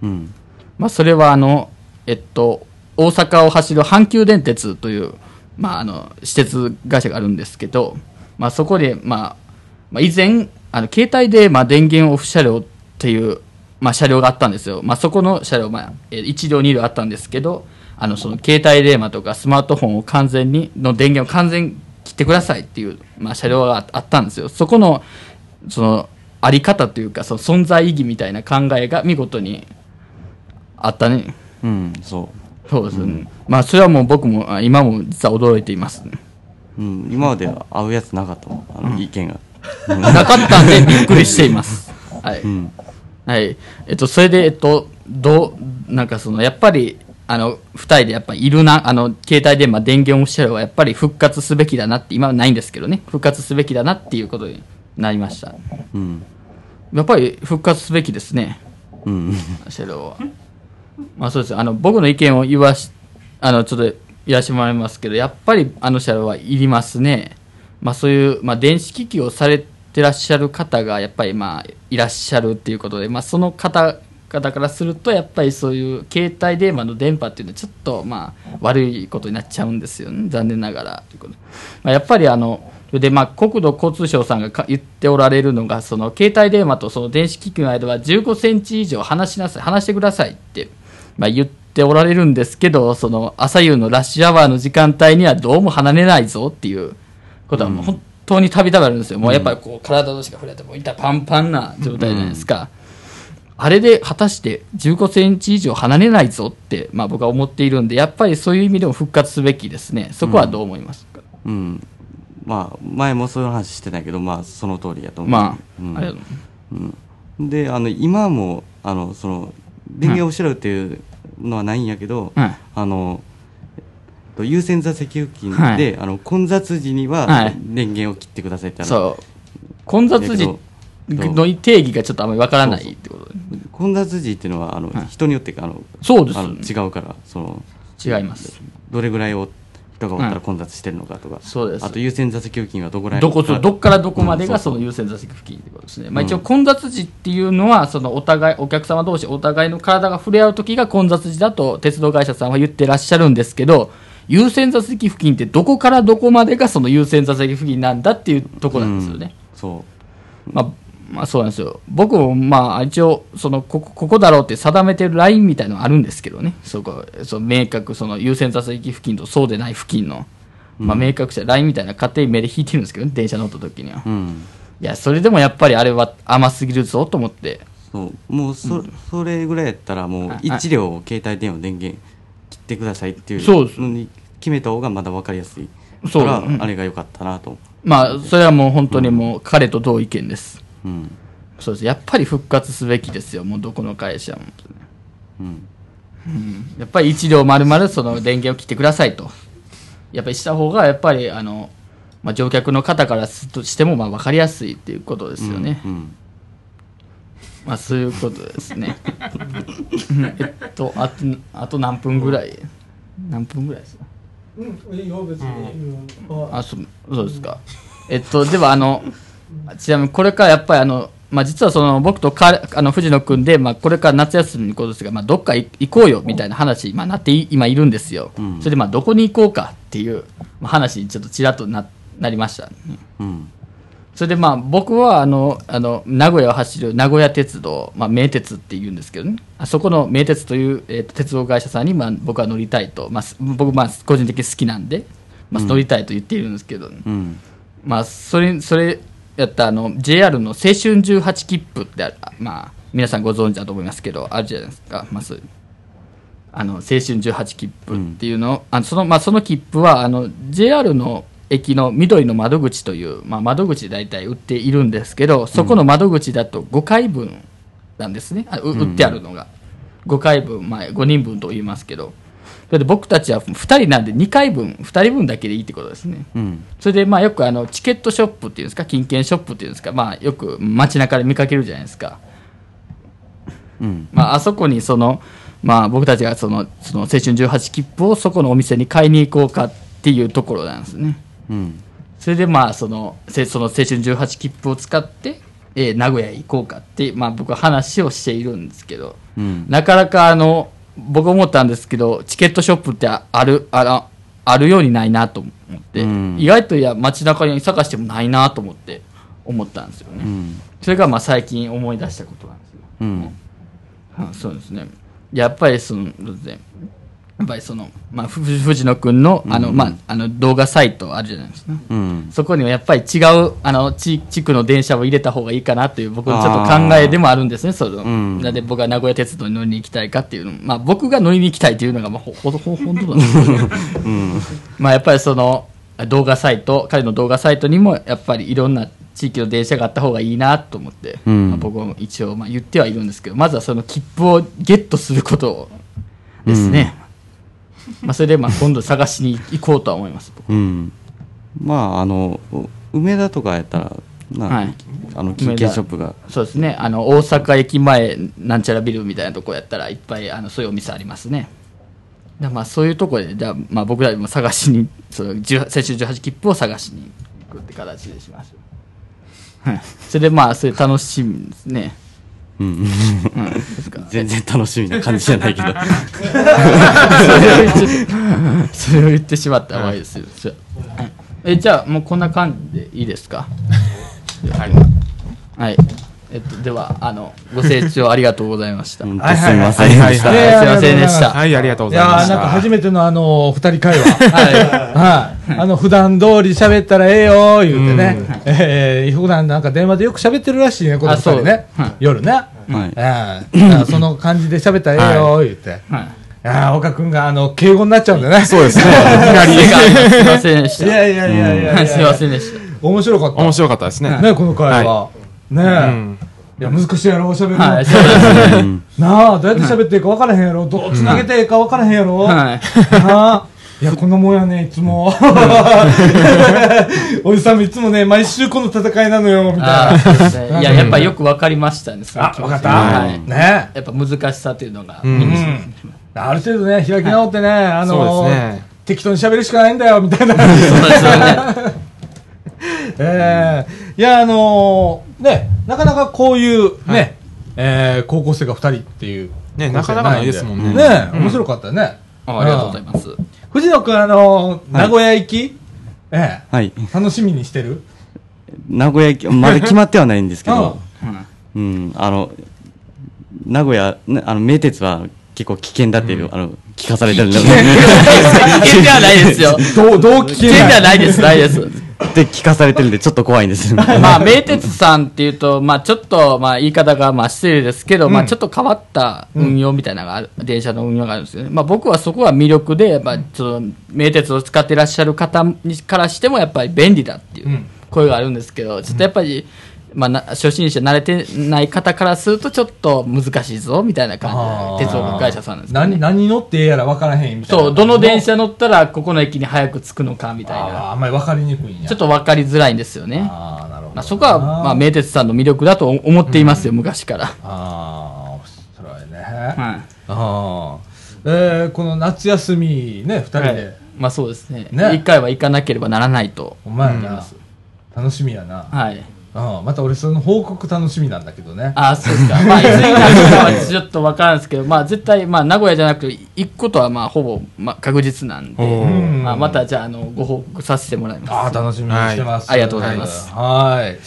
[SPEAKER 6] うん
[SPEAKER 3] まあ、それはあの、えっと、大阪を走る阪急電鉄という、まあ、あの私鉄会社があるんですけど、まあ、そこで、まあまあ、以前あの携帯でまあ電源オフ車両っていう、まあ、車両があったんですよ、まあ、そこの車両、まあ、え1両2両あったんですけどあのその携帯電話とかスマートフォンを完全にの電源を完全に切ってくださいっていう、まあ、車両がああったんですよそこのそのあり方というかその存在意義みたいな考えが見事にあったね。
[SPEAKER 6] うんそう
[SPEAKER 3] そうですね。まあ、それはもう僕も、あ今も実は驚いています、ね。
[SPEAKER 6] うん、今までは会うやつなかったもん、あの意見が。
[SPEAKER 3] なかったん でびっくりしています。はい。
[SPEAKER 6] ん
[SPEAKER 3] はい。えっと、それで、えっと、どう、なんかその、やっぱり、あの、二人でやっぱいるな、あの、携帯電話、電源オフ車両はやっぱり復活すべきだなって、今はないんですけどね、復活すべきだなっていうことになりました。
[SPEAKER 6] うん。
[SPEAKER 3] やっぱり復活すべきですね。
[SPEAKER 6] うん。
[SPEAKER 3] シェドウは。まあそうですよあの僕の意見を言わし、あのちょっと言わしてもらいますけど、やっぱりあのシェドウはいりますね。まあそういう、まあ電子機器をされてらっしゃる方が、やっぱりまあいらっしゃるっていうことで、まあその方々からすると、やっぱりそういう携帯電話の電波っていうのはちょっとまあ悪いことになっちゃうんですよね。残念ながら。ということでまあ、やっぱりあの、それでまあ国土交通省さんがか言っておられるのが、その携帯電話とその電子機器の間は15センチ以上離しなさい、離してくださいって、まあ、言っておられるんですけど、その朝夕のラッシュアワーの時間帯にはどうも離れないぞっていうことはもう本当にたびたびあるんですよ。もうやっぱりこう、体同士が触れて、もう痛パンパンな状態じゃないですか。あれで果たして15センチ以上離れないぞって、まあ僕は思っているんで、やっぱりそういう意味でも復活すべきですね。そこはどう思いますか、
[SPEAKER 6] うん。まあ、前もそういう話してたけど、まあ、その通りやと思う。
[SPEAKER 3] まあ、
[SPEAKER 6] うん
[SPEAKER 3] ありがとう
[SPEAKER 6] うん、で、あの、今も、あの、その、電源を失うっていうのはないんやけど、
[SPEAKER 3] はい
[SPEAKER 6] あの、えっと優先座席付近で、
[SPEAKER 3] はい
[SPEAKER 6] あの混雑時に
[SPEAKER 3] は
[SPEAKER 6] はい電源を切ってくださいってあの
[SPEAKER 3] そう。混雑時の定義がちょっとあんまりわからないってことで
[SPEAKER 6] 混雑時っていうのはあの、
[SPEAKER 3] はい
[SPEAKER 6] 人によってあの
[SPEAKER 3] そうです
[SPEAKER 6] あ
[SPEAKER 3] よ
[SPEAKER 6] の
[SPEAKER 3] ね
[SPEAKER 6] 違うからその
[SPEAKER 3] 違います。
[SPEAKER 6] どれぐらいを人がおった
[SPEAKER 3] う
[SPEAKER 6] ら
[SPEAKER 3] ん
[SPEAKER 6] 混雑してるのかとか、
[SPEAKER 3] そうです
[SPEAKER 6] あと優先座席付近はどこら
[SPEAKER 3] どこ
[SPEAKER 6] か
[SPEAKER 3] どっからどこまで
[SPEAKER 6] うん
[SPEAKER 3] がそ
[SPEAKER 6] そ
[SPEAKER 3] うの優先座席付近ってことですね、まあ、一応、混雑時っていうのは、そのお互いお客様同士、お互いの体が触れ合う時が混雑時だと、鉄道会社さんは言ってらっしゃるんですけど、優先座席付近って、どこからどこまでがその優先座席付近なんだっていうところなんですよね。
[SPEAKER 6] そう
[SPEAKER 3] まあ、まあそうなんですよ。僕もまあ一応、その、ここ、ここだろうって定めてるラインみたいのあるんですけどね。そこ、その明確、その優先座席付近とそうでない付近の、まあ明確したラインみたいな勝手に目で引いてるんですけどね、電車乗った時には。
[SPEAKER 6] うん
[SPEAKER 3] いや、それでもやっぱりあれは甘すぎるぞと思って。
[SPEAKER 6] そうもうそ,、それぐらいやったらもう
[SPEAKER 3] はい
[SPEAKER 6] 1両携帯電話電源切ってくださいってい
[SPEAKER 3] そうです
[SPEAKER 6] うのに決めた方がまだ分かりやすい
[SPEAKER 3] そう
[SPEAKER 6] から、
[SPEAKER 3] うん
[SPEAKER 6] あれが良かったなと、
[SPEAKER 3] まあ、それはもう本当にもう彼と同意見です。
[SPEAKER 6] うん
[SPEAKER 3] そうです。やっぱり復活すべきですよ、もうどこの会社も。
[SPEAKER 6] うん、
[SPEAKER 3] やっぱり1両丸々その電源を切ってくださいと。やっぱりした方が、やっぱりあの、まあ、乗客の方からするとしてもまあ分かりやすいっていうことですよね。
[SPEAKER 6] うん
[SPEAKER 3] まあそういうことですね。 えっと、あと、あと何分ぐらい何分ぐらいですか
[SPEAKER 7] うん、いいよ、別に。うん
[SPEAKER 3] あそそうですか、えっと、ではあの、ちなみにこれからやっぱりあの、まあ、実はその僕とかあの藤野君で、まあ、これから夏休みに行こうですが、まあ、どっかい行こうよみたいな話、まあ、なってい今いるんですよ、それでまあどこに行こうかっていうまあ話にちょっとちらっとななりました、
[SPEAKER 6] うん
[SPEAKER 3] それでまあ僕はあのあの名古屋を走る名古屋鉄道、まあ、名鉄っていうんですけどねあそこの名鉄という、えーと鉄道会社さんにまあ僕は乗りたいと、まあ、す僕まあ個人的に好きなんで、まあ、乗りたいと言っているんですけど、
[SPEAKER 6] うん
[SPEAKER 3] まあ、それそれやったらあの JR の青春18切符ってあるあまあ、皆さんご存知だと思いますけどあるじゃないですか、まあ、そういうあの青春18切符っていうのを、あのそのまあ、その切符はあの JR の駅の緑の窓口という、まあ、窓口で大体売っているんですけどそこの窓口だと5回分なんですね、あう売ってあるのが5回分、まあ、5人分と言いますけどそれで僕たちは2人なんで2回分2人分だけでいいってことですね。
[SPEAKER 6] うん
[SPEAKER 3] それでまあよくあのチケットショップっていうんですか金券ショップっていうんですか、まあ、よく街中で見かけるじゃないですか、
[SPEAKER 6] うん
[SPEAKER 3] まあ、あそこにその、まあ、僕たちがそのその青春18切符をそこのお店に買いに行こうかっていうところなんですね
[SPEAKER 6] うん
[SPEAKER 3] それでまあそのせその青春18切符を使って、えー名古屋へ行こうかって、まあ、僕は話をしているんですけど
[SPEAKER 6] うん
[SPEAKER 3] なかなかあの僕思ったんですけどチケットショップってああるあらあるようにないなと思って、
[SPEAKER 6] うん
[SPEAKER 3] 意外といや街中に探してもないなと思って思ったんですよね、
[SPEAKER 6] うん
[SPEAKER 3] それがまあ最近思い出したことなんですよ、
[SPEAKER 6] うん
[SPEAKER 3] はいそうですねやっぱりそのそうですねやっぱりその、まあ、ふふ藤野君のあの、まあ、あの動画サイトあるじゃないですか、
[SPEAKER 6] うん
[SPEAKER 3] そこにはやっぱり違うあの地地区の電車を入れた方がいいかなという僕のちょっと考えでもあるんですね、その
[SPEAKER 6] ん
[SPEAKER 3] なんで僕が名古屋鉄道に乗りに行きたいかっていうのも、まあ、僕が乗りに行きたいというのが、まあ、ほ ほほ本当なんですけど、 まあやっぱりその動画サイト、彼の動画サイトにもやっぱりいろんな地域の電車があった方がいいなと思って、
[SPEAKER 6] うん
[SPEAKER 3] まあ僕も一応まあ言ってはいるんですけど、まずはその切符をゲットすることをですね、まあ、それでまあ今度探しに行こうとは思います、僕
[SPEAKER 6] うんまああの梅田とかやったらな、
[SPEAKER 3] はい
[SPEAKER 6] あの金券ショップが
[SPEAKER 3] そうですねあの大阪駅前なんちゃらビルみたいなとこやったらいっぱいあのそういうお店ありますねだまあそういうとこでじゃあまあ僕らも探しにその18青春18切符を探しに行くって形でします はいそれでまあそれ楽しみですね
[SPEAKER 6] うん
[SPEAKER 3] うんですか
[SPEAKER 6] 全然楽しみな感じじゃないけど
[SPEAKER 3] それを言ってそれを言ってしまった方がいいですよじゃあはいえじゃあもうこんな感じでいいですかはい、はいええっと、では、あの、ご清聴ありがとうございました。
[SPEAKER 6] 本
[SPEAKER 1] は
[SPEAKER 6] 当
[SPEAKER 1] い
[SPEAKER 6] す
[SPEAKER 1] はい
[SPEAKER 6] み
[SPEAKER 1] は
[SPEAKER 6] ま
[SPEAKER 1] い
[SPEAKER 6] せんでした。
[SPEAKER 2] はい
[SPEAKER 1] ね
[SPEAKER 3] すいませんでした
[SPEAKER 2] はい、ありがとうご
[SPEAKER 1] い
[SPEAKER 2] ざい
[SPEAKER 1] や
[SPEAKER 2] ま
[SPEAKER 1] ー
[SPEAKER 2] し
[SPEAKER 1] なんか初
[SPEAKER 2] た。
[SPEAKER 1] めてのあのー二人会話
[SPEAKER 3] はい。
[SPEAKER 1] はい、あの普段通り喋ったらええよー言うてね、えー、普段なんか電話でよく喋ってるらしいね、この二人ね
[SPEAKER 3] あそうはい、
[SPEAKER 1] 夜ね、
[SPEAKER 6] は
[SPEAKER 1] う
[SPEAKER 6] い
[SPEAKER 1] んだからその感じで喋ったらええよー言うて、
[SPEAKER 3] はい。
[SPEAKER 1] ああ、岡君があの敬語になっちゃうんだね、
[SPEAKER 2] そうですね。いきなり。
[SPEAKER 3] すいませんでし
[SPEAKER 1] い
[SPEAKER 3] た。
[SPEAKER 1] やいやいやいや
[SPEAKER 3] はいいすいま
[SPEAKER 1] や、
[SPEAKER 3] せんでした。
[SPEAKER 1] 面白かった、
[SPEAKER 2] 面白かったですね。
[SPEAKER 1] ね、この会話、ね
[SPEAKER 2] う
[SPEAKER 1] え
[SPEAKER 2] ん。
[SPEAKER 1] いや、難しいやろ、おしゃべるの、
[SPEAKER 3] はい、そうですね。
[SPEAKER 1] なあ、どうやって喋っていいか分からへんやろ、どうつなげていいか分からへんやろ。
[SPEAKER 3] はい。
[SPEAKER 1] なあいや、こんなもんやね、いつも。おじさんもいつもね、毎週この戦いなのよ、みたい
[SPEAKER 3] あー
[SPEAKER 1] な。
[SPEAKER 3] そうですねいや、やっぱよくわかりましたね、その
[SPEAKER 1] あ、
[SPEAKER 3] 気持ち
[SPEAKER 1] わかった。
[SPEAKER 3] はい。
[SPEAKER 1] ね
[SPEAKER 3] やっぱ難しさというのが。
[SPEAKER 2] うん
[SPEAKER 1] うん。ある程度ね、開き直ってね、あ
[SPEAKER 2] そ
[SPEAKER 1] の
[SPEAKER 2] うです
[SPEAKER 1] ー
[SPEAKER 2] ね、
[SPEAKER 1] 適当に喋るしかないんだよ、みたいな。
[SPEAKER 3] そうですよね。
[SPEAKER 1] えーいや、あのーね、なかなかこういう、
[SPEAKER 2] は
[SPEAKER 1] ね、えー高校生が二人っていう。
[SPEAKER 2] ねなかなかないですもんね
[SPEAKER 1] ね、
[SPEAKER 2] うん
[SPEAKER 1] 面白かったね。
[SPEAKER 3] あありがとうございます。
[SPEAKER 1] 藤野くん、あのー名古屋行き、ええ
[SPEAKER 6] はい。
[SPEAKER 1] 楽しみにしてる
[SPEAKER 6] 名古屋行き、まだ決まってはないんですけ
[SPEAKER 1] あ
[SPEAKER 6] ど、うん、あの、名古屋、ねあの、名鉄は結構危険だっていう、あの、聞かされてるんで、
[SPEAKER 3] 危険ではないですよ。
[SPEAKER 1] どう、どう聞
[SPEAKER 3] 危険ではないです、ないです。
[SPEAKER 6] って聞かされてるんで、ちょっと怖いんですよ ね。
[SPEAKER 3] まあ、名鉄さんっていうと、まあ、ちょっと、まあ、言い方が、まあ、失礼ですけど、まあ、ちょっと変わった運用みたいなのがある、電車の運用があるんですよね。まあ、僕はそこは魅力で、やっぱ、ちょっと、名鉄を使ってらっしゃる方にからしても、やっぱり便利だっていう声があるんですけど、ちょっとやっぱり、まあ、な初心者慣れてない方からすると、ちょっと難しいぞ、みたいな
[SPEAKER 1] あ
[SPEAKER 3] 感
[SPEAKER 1] ー
[SPEAKER 3] じで、鉄道会社さんなんですけどね、
[SPEAKER 1] 何何乗ってええやら分からへんみたいな
[SPEAKER 3] そう、どの電車乗ったら、ここの駅に早く着くのか、みたい
[SPEAKER 1] あ
[SPEAKER 3] な。
[SPEAKER 1] ーあんまり分かりにくいんや
[SPEAKER 3] ちょっと分かりづらいんですよね。
[SPEAKER 1] ああなるほど
[SPEAKER 3] まあ、そこは、まあ、名鉄さんの魅力だと思っていますよ、昔から。
[SPEAKER 1] ああ面白いね、あ
[SPEAKER 3] はい。
[SPEAKER 1] あえー、この夏休みね二人で、
[SPEAKER 3] はいまあ、そうですね。
[SPEAKER 1] ね
[SPEAKER 3] 一回は行かなければならないと。
[SPEAKER 1] お前やな、楽しみやな、
[SPEAKER 3] はい。
[SPEAKER 1] ああまた俺その報告楽しみなんだけどね
[SPEAKER 3] ああ、そうで すか。まあ、いつになるかはちょっと分からんですけど、まあ、絶対、まあ、名古屋じゃなくて、行くことは、まあ、ほぼ、まあ、確実なん
[SPEAKER 2] お
[SPEAKER 3] で、
[SPEAKER 2] ー
[SPEAKER 1] うん
[SPEAKER 3] まあ、また、じゃあ、あの、ご報告させてもらい
[SPEAKER 1] あ
[SPEAKER 3] ま
[SPEAKER 1] あ、
[SPEAKER 3] す。
[SPEAKER 1] 楽しみにしてます。
[SPEAKER 3] はいありがとうございます
[SPEAKER 1] はい。はいえ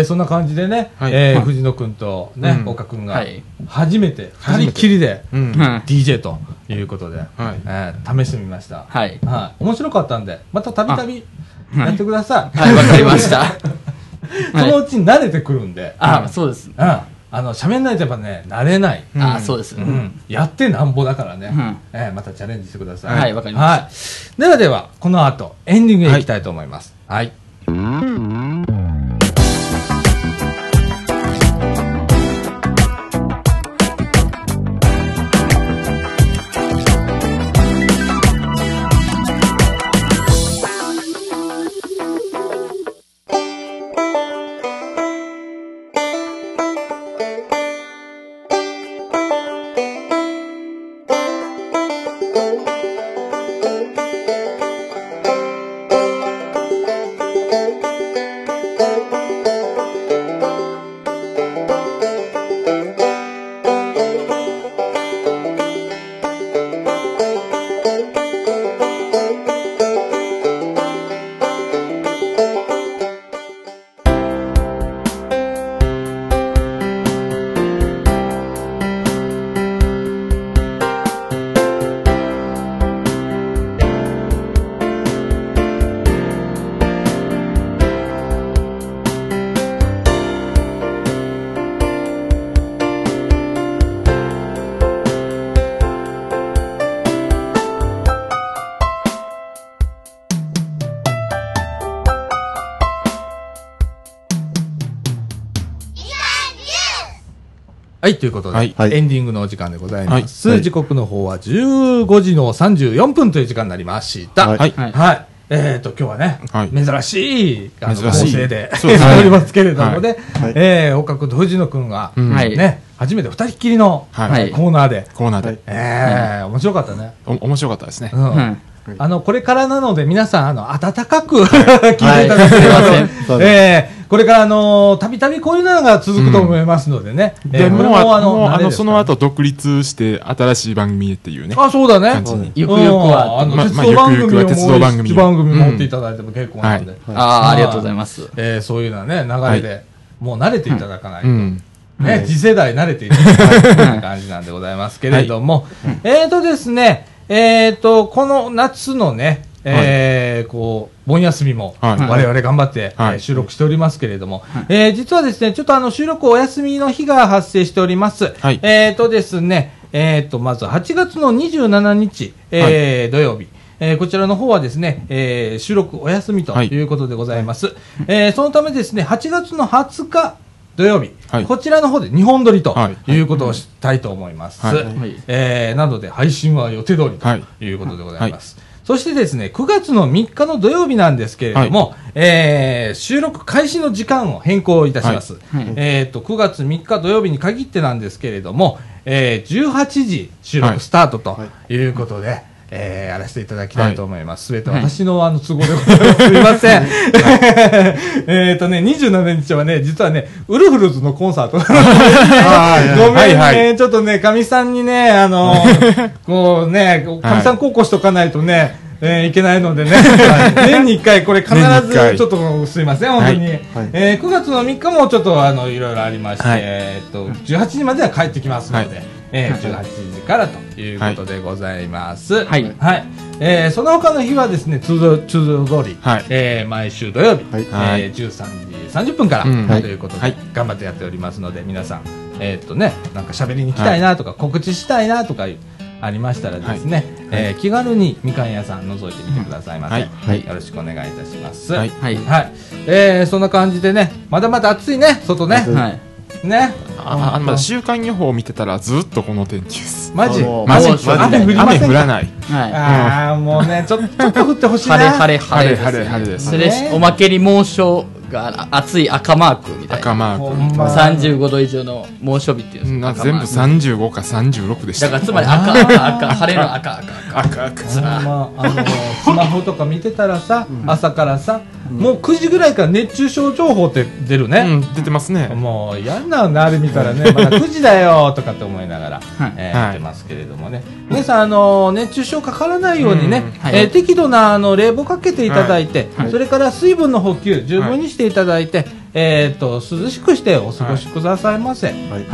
[SPEAKER 1] ーそんな感じでね、
[SPEAKER 2] はい
[SPEAKER 1] えー
[SPEAKER 2] はい
[SPEAKER 1] 藤野くんとね、
[SPEAKER 2] うん
[SPEAKER 1] 岡くんが
[SPEAKER 3] はい、
[SPEAKER 1] 初めて、二人きりで、
[SPEAKER 2] うん。
[SPEAKER 3] うん
[SPEAKER 1] DJ ということで、
[SPEAKER 2] はい
[SPEAKER 1] えー試してみました。
[SPEAKER 3] はい
[SPEAKER 1] はい。面白かったんで、またたびたびやってください。
[SPEAKER 3] はい、わかり ました。
[SPEAKER 1] そのうちに慣れてくるんで、
[SPEAKER 3] ああ、そうで
[SPEAKER 1] う
[SPEAKER 3] す。
[SPEAKER 1] ん。あの、喋んないとやっぱね、慣れない。
[SPEAKER 3] ああ、そうです。
[SPEAKER 1] うん、やってなんぼだからね、
[SPEAKER 3] うん
[SPEAKER 1] えーまたチャレンジしてください。
[SPEAKER 3] はいわかりま
[SPEAKER 1] した、ではでは、この後、エンディングへ行きたいと思います。はい。はい、ということで、
[SPEAKER 2] はい
[SPEAKER 5] はい
[SPEAKER 1] エンディングのお時間でございます。
[SPEAKER 5] はいはい
[SPEAKER 1] 時刻の方は15時の34分という時間になりました。
[SPEAKER 5] はい
[SPEAKER 1] は。
[SPEAKER 2] はいい。
[SPEAKER 1] えっ、と、今日はね、
[SPEAKER 2] はい
[SPEAKER 1] 珍しい、あの、
[SPEAKER 2] 珍
[SPEAKER 1] 構
[SPEAKER 2] しい
[SPEAKER 1] 成で、
[SPEAKER 2] そうですね
[SPEAKER 1] おりますけれどもね、
[SPEAKER 5] はい
[SPEAKER 1] えー岡君と藤野君が、
[SPEAKER 2] うん
[SPEAKER 3] はい
[SPEAKER 1] ね、初めて二人っきりのコ
[SPEAKER 2] はい
[SPEAKER 1] ーナーで、
[SPEAKER 2] コーナー
[SPEAKER 5] はい
[SPEAKER 2] で。
[SPEAKER 1] えー面白かったね。
[SPEAKER 2] お面白かったですね
[SPEAKER 1] う。ん
[SPEAKER 3] はい。
[SPEAKER 1] あの、これからなので、皆さん、あの、温かく聞いていただければと、
[SPEAKER 3] はい
[SPEAKER 1] え
[SPEAKER 5] すいません
[SPEAKER 1] ーこれから、あのたびたびこういうのが続くと思いますのでね。え
[SPEAKER 2] で
[SPEAKER 1] ー
[SPEAKER 2] も
[SPEAKER 1] こ
[SPEAKER 2] う、
[SPEAKER 1] れ
[SPEAKER 2] あもう
[SPEAKER 1] 慣
[SPEAKER 2] あ
[SPEAKER 1] れ
[SPEAKER 2] の、
[SPEAKER 1] です
[SPEAKER 2] そ
[SPEAKER 1] から
[SPEAKER 2] の後独立して、新しい番組へっていうね。
[SPEAKER 1] あ、そうだ
[SPEAKER 2] 感じ
[SPEAKER 1] ね
[SPEAKER 2] に。
[SPEAKER 3] ゆくゆくは。
[SPEAKER 1] あの、
[SPEAKER 2] まあ
[SPEAKER 1] 鉄道番組を
[SPEAKER 2] まあ
[SPEAKER 1] もう
[SPEAKER 2] 鉄道番組
[SPEAKER 1] 一番組持っていただいても結構なんで、
[SPEAKER 2] は
[SPEAKER 3] ああ、ありがとうございます。
[SPEAKER 1] えーそういうようなね、流れで、もう慣れていただかないと。
[SPEAKER 2] うん。
[SPEAKER 1] ね、次世代慣れていただきたいという 感じなんでございますけれども、えーとですね、えーと、この夏のね、えーこう、盆休みも、
[SPEAKER 2] はい
[SPEAKER 1] 我々頑張って、
[SPEAKER 2] はい
[SPEAKER 1] えー収録しておりますけれども、えー実はですね、ちょっとあの、収録お休みの日が発生しております。
[SPEAKER 2] はい
[SPEAKER 1] えーとですね、えーと、まず8月の27日、えー土曜日、えーこちらの方はですね、えー収録お休みということでございます。えーそのためですね、8月の20日土曜日、
[SPEAKER 2] はい
[SPEAKER 1] こちらの方で日本撮りと
[SPEAKER 2] はい
[SPEAKER 1] いうことをしたいと思います。
[SPEAKER 2] はい
[SPEAKER 3] はい
[SPEAKER 1] えーなので配信は予定通り
[SPEAKER 2] はい
[SPEAKER 1] ということでございます。そしてですね、9月の3日の土曜日なんですけれども、えー収録開始の時間を変更いたします。
[SPEAKER 3] はいはい
[SPEAKER 1] えーと、9月3日土曜日に限ってなんですけれども、えー18時収
[SPEAKER 2] は
[SPEAKER 1] 録
[SPEAKER 2] い
[SPEAKER 1] スタートということで、えーやらせていただきたいと思います。すべて私のあの都合でございます。すみません。 えっとね、27日はね、実はね、ウルフルズのコンサートなのでごめんね、
[SPEAKER 2] はいは
[SPEAKER 1] ちょっとね、かみさんにね、あの、こうね、かみさん高校しとかないとね、えーいけないのでね、年に1回、これ必
[SPEAKER 2] 年に一
[SPEAKER 1] ず、
[SPEAKER 2] 回
[SPEAKER 1] ちょっとすいません、本当に。
[SPEAKER 5] はい
[SPEAKER 1] えー9月の3日もちょっと、あの、いろいろありまして、
[SPEAKER 2] はい
[SPEAKER 1] えーっと、18時までは帰ってきますので、
[SPEAKER 2] はい
[SPEAKER 1] えー18時からということでございます。
[SPEAKER 3] はい
[SPEAKER 1] えーその他の日はですね、通常、通常通り、
[SPEAKER 2] はい
[SPEAKER 1] えー毎週土曜日、
[SPEAKER 5] はい
[SPEAKER 2] はい
[SPEAKER 1] えー13時30分から、
[SPEAKER 2] うん
[SPEAKER 1] ということで、
[SPEAKER 2] はい
[SPEAKER 1] 頑張ってやっておりますので、皆さん、えーっとね、なんか喋りに来たいなとか、告知したいなとかいう、ありましたらですね、えー気軽にみかん屋さん覗いてみてくださいませ、
[SPEAKER 2] はい
[SPEAKER 4] はい
[SPEAKER 1] よろしくお願いいたします。
[SPEAKER 2] はい
[SPEAKER 3] はい。
[SPEAKER 1] はい。えー、そんな感じでね、まだまだ暑いね、外ね。
[SPEAKER 3] はい。
[SPEAKER 1] ね。
[SPEAKER 2] あ、あの、まだ週間予報を見てたらずっとこの天気です。
[SPEAKER 1] マジ
[SPEAKER 3] もう
[SPEAKER 2] マジ
[SPEAKER 3] もうしょうがない
[SPEAKER 1] 雨降りませんか
[SPEAKER 2] 雨降らない。
[SPEAKER 3] はい。
[SPEAKER 1] ああ、もうね、ちょちょっと降ってほしいな。
[SPEAKER 3] 晴れ晴れ晴れ。
[SPEAKER 2] 晴れ晴れ晴れです
[SPEAKER 3] それし
[SPEAKER 1] ね
[SPEAKER 3] おまけに猛暑が暑い赤マークみたい
[SPEAKER 2] 赤
[SPEAKER 3] な。
[SPEAKER 2] マ
[SPEAKER 1] ほ
[SPEAKER 2] ー
[SPEAKER 1] んま。
[SPEAKER 3] 35度以上の猛暑日っていうんです
[SPEAKER 2] ク。な
[SPEAKER 3] か。
[SPEAKER 2] 全部
[SPEAKER 3] 赤マー
[SPEAKER 2] 35か36で
[SPEAKER 3] ク
[SPEAKER 2] し
[SPEAKER 3] だ
[SPEAKER 2] た。
[SPEAKER 3] からつまり赤赤赤晴れの赤赤。
[SPEAKER 2] 赤赤。
[SPEAKER 1] ほんまあのスマホとか見てたらさ、朝からさ、もう9時ぐらいから熱中症情報って出る
[SPEAKER 2] う
[SPEAKER 1] ね、
[SPEAKER 2] ん、出てますね。
[SPEAKER 1] もう嫌なのねあれ見たらねまだ9時だよとかって思いながら、
[SPEAKER 3] い
[SPEAKER 1] えーやってますけれどもね皆さんあの熱中症かからないようにね
[SPEAKER 2] うん、
[SPEAKER 3] はい
[SPEAKER 1] えー適度なあの冷房かけていただいて、
[SPEAKER 3] はい
[SPEAKER 1] それから水分の補給十分にしていただいて、えー、と涼しくしてお過ごしくださいませ。はい、
[SPEAKER 5] い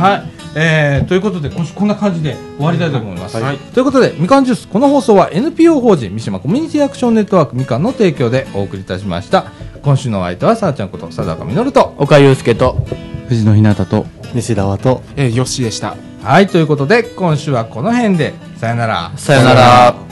[SPEAKER 1] えーということで今週こんな感じで終わりたいと思います。
[SPEAKER 2] はいはい
[SPEAKER 1] ということでみかんジュースこの放送は NPO 法人三島コミュニティアクションネットワークみかんの提供でお送りいたしました。今週のお相手はさあちゃんこと佐坂実と
[SPEAKER 3] 岡祐介と。
[SPEAKER 4] 藤野ひなたと
[SPEAKER 5] 西田はと
[SPEAKER 2] えー、よしでした。
[SPEAKER 1] はいということで今週はこの辺でさよなら。
[SPEAKER 3] さよなら。